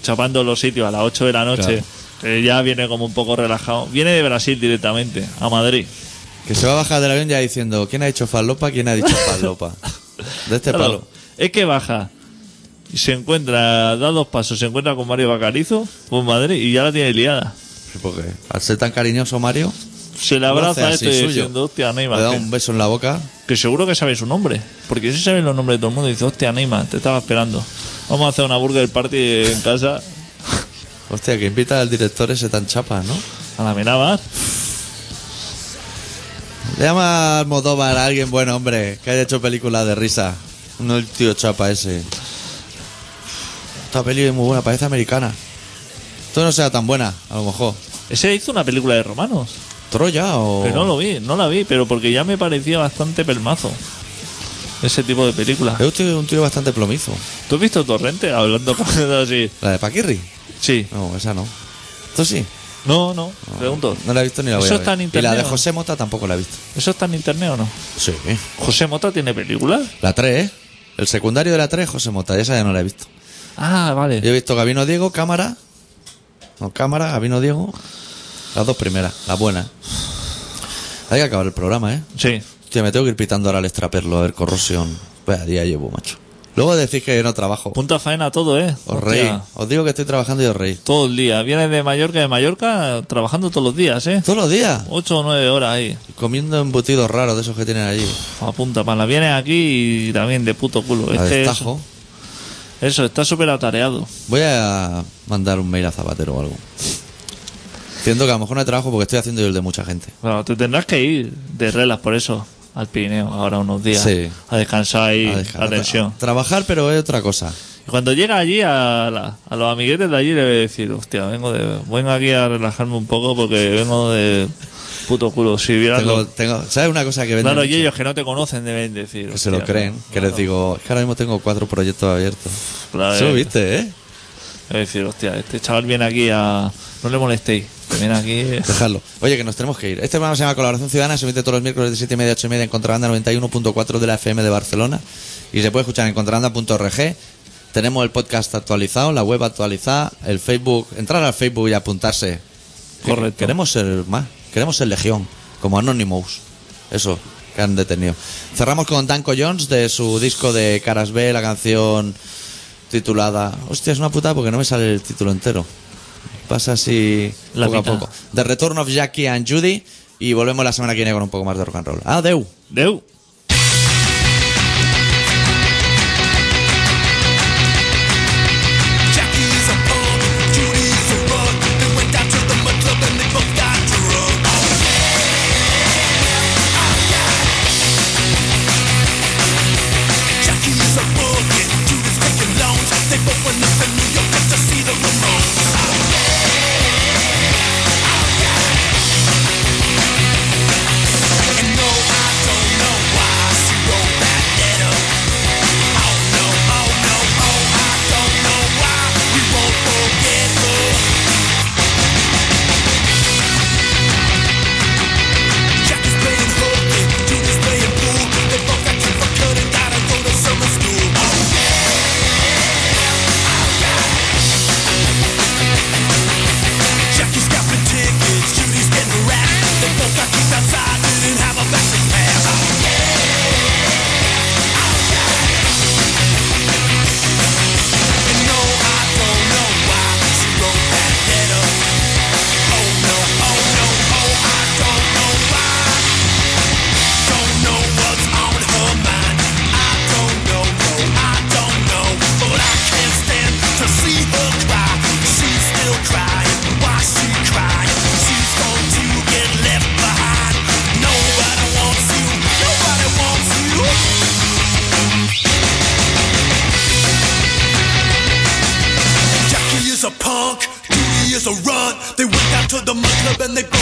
Speaker 3: chapando los sitios a las 8 de la noche. eh,
Speaker 1: Claro.
Speaker 3: que ya viene como un poco relajado. Viene de Brasil directamente, a Madrid.
Speaker 1: Que se va a bajar del avión ya diciendo, ¿quién ha dicho falopa? ¿Quién ha dicho falopa? De este
Speaker 3: Claro,
Speaker 1: palo.
Speaker 3: es que baja y se encuentra, da dos pasos, se encuentra con Mario Bacarizo, por Madrid, y ya la tiene liada.
Speaker 1: Porque al ser tan cariñoso Mario,
Speaker 3: Se le
Speaker 1: lo hace
Speaker 3: abraza esto
Speaker 1: así
Speaker 3: y
Speaker 1: suyo.
Speaker 3: diciendo, hostia,
Speaker 1: le
Speaker 3: Neymar.
Speaker 1: da
Speaker 3: Que,
Speaker 1: un beso en la boca.
Speaker 3: que seguro que sabe su nombre. Porque si sabe los nombres de todo el mundo, dice, hostia, Neymar, te estaba esperando. Vamos a hacer una burger party en casa
Speaker 1: Hostia, que invita al director ese tan chapa, ¿no?
Speaker 3: a la Menabar.
Speaker 1: Le llama a Almodóvar a alguien buen hombre que haya hecho películas de risa. No el tío chapa ese. Esta peli es muy buena, parece americana. Esto no sea tan buena, a lo mejor.
Speaker 3: Ese hizo una película de romanos.
Speaker 1: Troya o...
Speaker 3: Pero no lo vi, no la vi, pero porque ya me parecía bastante pelmazo. Ese tipo de película.
Speaker 1: Es un tío- un tío bastante plomizo.
Speaker 3: ¿Tú has visto Torrente hablando con así?
Speaker 1: ¿La de Paquirri?
Speaker 3: Sí.
Speaker 1: No, esa no. Esto sí.
Speaker 3: No, no, pregunto.
Speaker 1: No la he visto ni la voy
Speaker 3: Eso
Speaker 1: a ver.
Speaker 3: está en
Speaker 1: y la
Speaker 3: internet,
Speaker 1: de
Speaker 3: ¿no?
Speaker 1: José Mota tampoco la he visto.
Speaker 3: ¿Eso está en internet o no?
Speaker 1: Sí.
Speaker 3: ¿José Mota tiene película?
Speaker 1: La 3, ¿eh? El secundario de la 3 es José Mota. y Esa ya no la he visto.
Speaker 3: Ah, vale.
Speaker 1: Yo he visto Gabino Diego, Cámara. No, Cámara, Gabino Diego. Las dos primeras, las buenas. Hay que acabar el programa, ¿eh?
Speaker 3: Sí.
Speaker 1: Hostia, me tengo que ir pitando ahora al extraperlo, a ver, corrosión. Vaya día llevo, macho. Luego decís que no trabajo.
Speaker 3: Punta faena todo, ¿eh?
Speaker 1: Os reí.
Speaker 3: Hostia,
Speaker 1: Os digo que estoy trabajando y os reí.
Speaker 3: Todo el día. Vienes de Mallorca, de Mallorca, trabajando todos los días, ¿eh?
Speaker 1: Todos los días.
Speaker 3: Ocho o nueve horas ahí.
Speaker 1: Comiendo embutidos raros de esos que tienen allí.
Speaker 3: A punta pala. Vienes aquí y también de puto culo.
Speaker 1: A
Speaker 3: Este es-
Speaker 1: destajo.
Speaker 3: eso, está súper atareado.
Speaker 1: Voy a mandar un mail a Zapatero o algo. Siento que a lo mejor no hay trabajo porque estoy haciendo yo el de mucha gente.
Speaker 3: Bueno, te tendrás que ir de relas por eso al Pirineo ahora unos días.
Speaker 1: Sí.
Speaker 3: A descansar ahí
Speaker 1: A dejar-
Speaker 3: la tensión.
Speaker 1: a trabajar, pero es otra cosa.
Speaker 3: Y Cuando llega allí a, la- a los amiguetes de allí le voy a decir, hostia, vengo, de, vengo aquí a relajarme un poco porque vengo de puto culo. Si vieras
Speaker 1: Tengo,
Speaker 3: los-
Speaker 1: tengo- ¿Sabes una cosa que venden?
Speaker 3: claro, y
Speaker 1: mucho?
Speaker 3: ellos que no te conocen deben decir.
Speaker 1: que se lo
Speaker 3: hostia,
Speaker 1: creen. Que les digo, es que ahora mismo tengo cuatro proyectos abiertos.
Speaker 3: Claro,
Speaker 1: Eso
Speaker 3: eh.
Speaker 1: lo viste, ¿eh?
Speaker 3: Deben decir, hostia, este chaval viene aquí a... No le molestéis, que viene aquí...
Speaker 1: Dejadlo. Oye, que nos tenemos que ir. Este programa se llama Colaboración Ciudadana, se emite todos los miércoles de 7 y media a 8 y media en Contrabanda 91.4 de la FM de Barcelona. Y se puede escuchar en contrabanda.org. Tenemos el podcast actualizado, la web actualizada, el Facebook. Entrar al Facebook y apuntarse. Que-
Speaker 3: Correcto.
Speaker 1: Queremos ser más. Queremos ser Legión, como Anonymous. Eso, que han detenido. Cerramos con Danko Jones de su disco de Caras B, la canción titulada. Hostia, es una putada porque no me sale el título entero. Pasa así
Speaker 3: La
Speaker 1: poco
Speaker 3: mitad.
Speaker 1: a poco. The Return of Jackie and Judy. Y volvemos la semana que viene con un poco más de rock and roll. Adeu.
Speaker 3: Deu.
Speaker 6: Jackie's a punk, Judy's a rug. They went down to the mud club and they both got drunk. Oh yeah, Jackie's a bookie, Judy's taking loans. They both went up to New York just to see the Ramones. Oh yeah, oh yeah. And no, I don't know why she wrote that letter. Oh no, oh no, oh I don't know why we won't forget her. Jackie's playing hooky, Judy's playing pool. They both got kicked for cut and gotta go to summer school. Oh yeah, oh yeah. Jackie's got the tickets, Judy's getting wrapped. They both got kicked outside, didn't have a backseat pass. Oh And no, I don't know why she wrote that letter. Oh no, oh no, oh I don't know why. Don't know what's on her mind. I don't know, no, I don't know. But I can't stand to see her cry. She's still crying. Why she crying? She's going to get left behind. Nobody wants you. Nobody wants you. Jackie is a punk, Judy is a run. They went down to the mud club and they both Oh,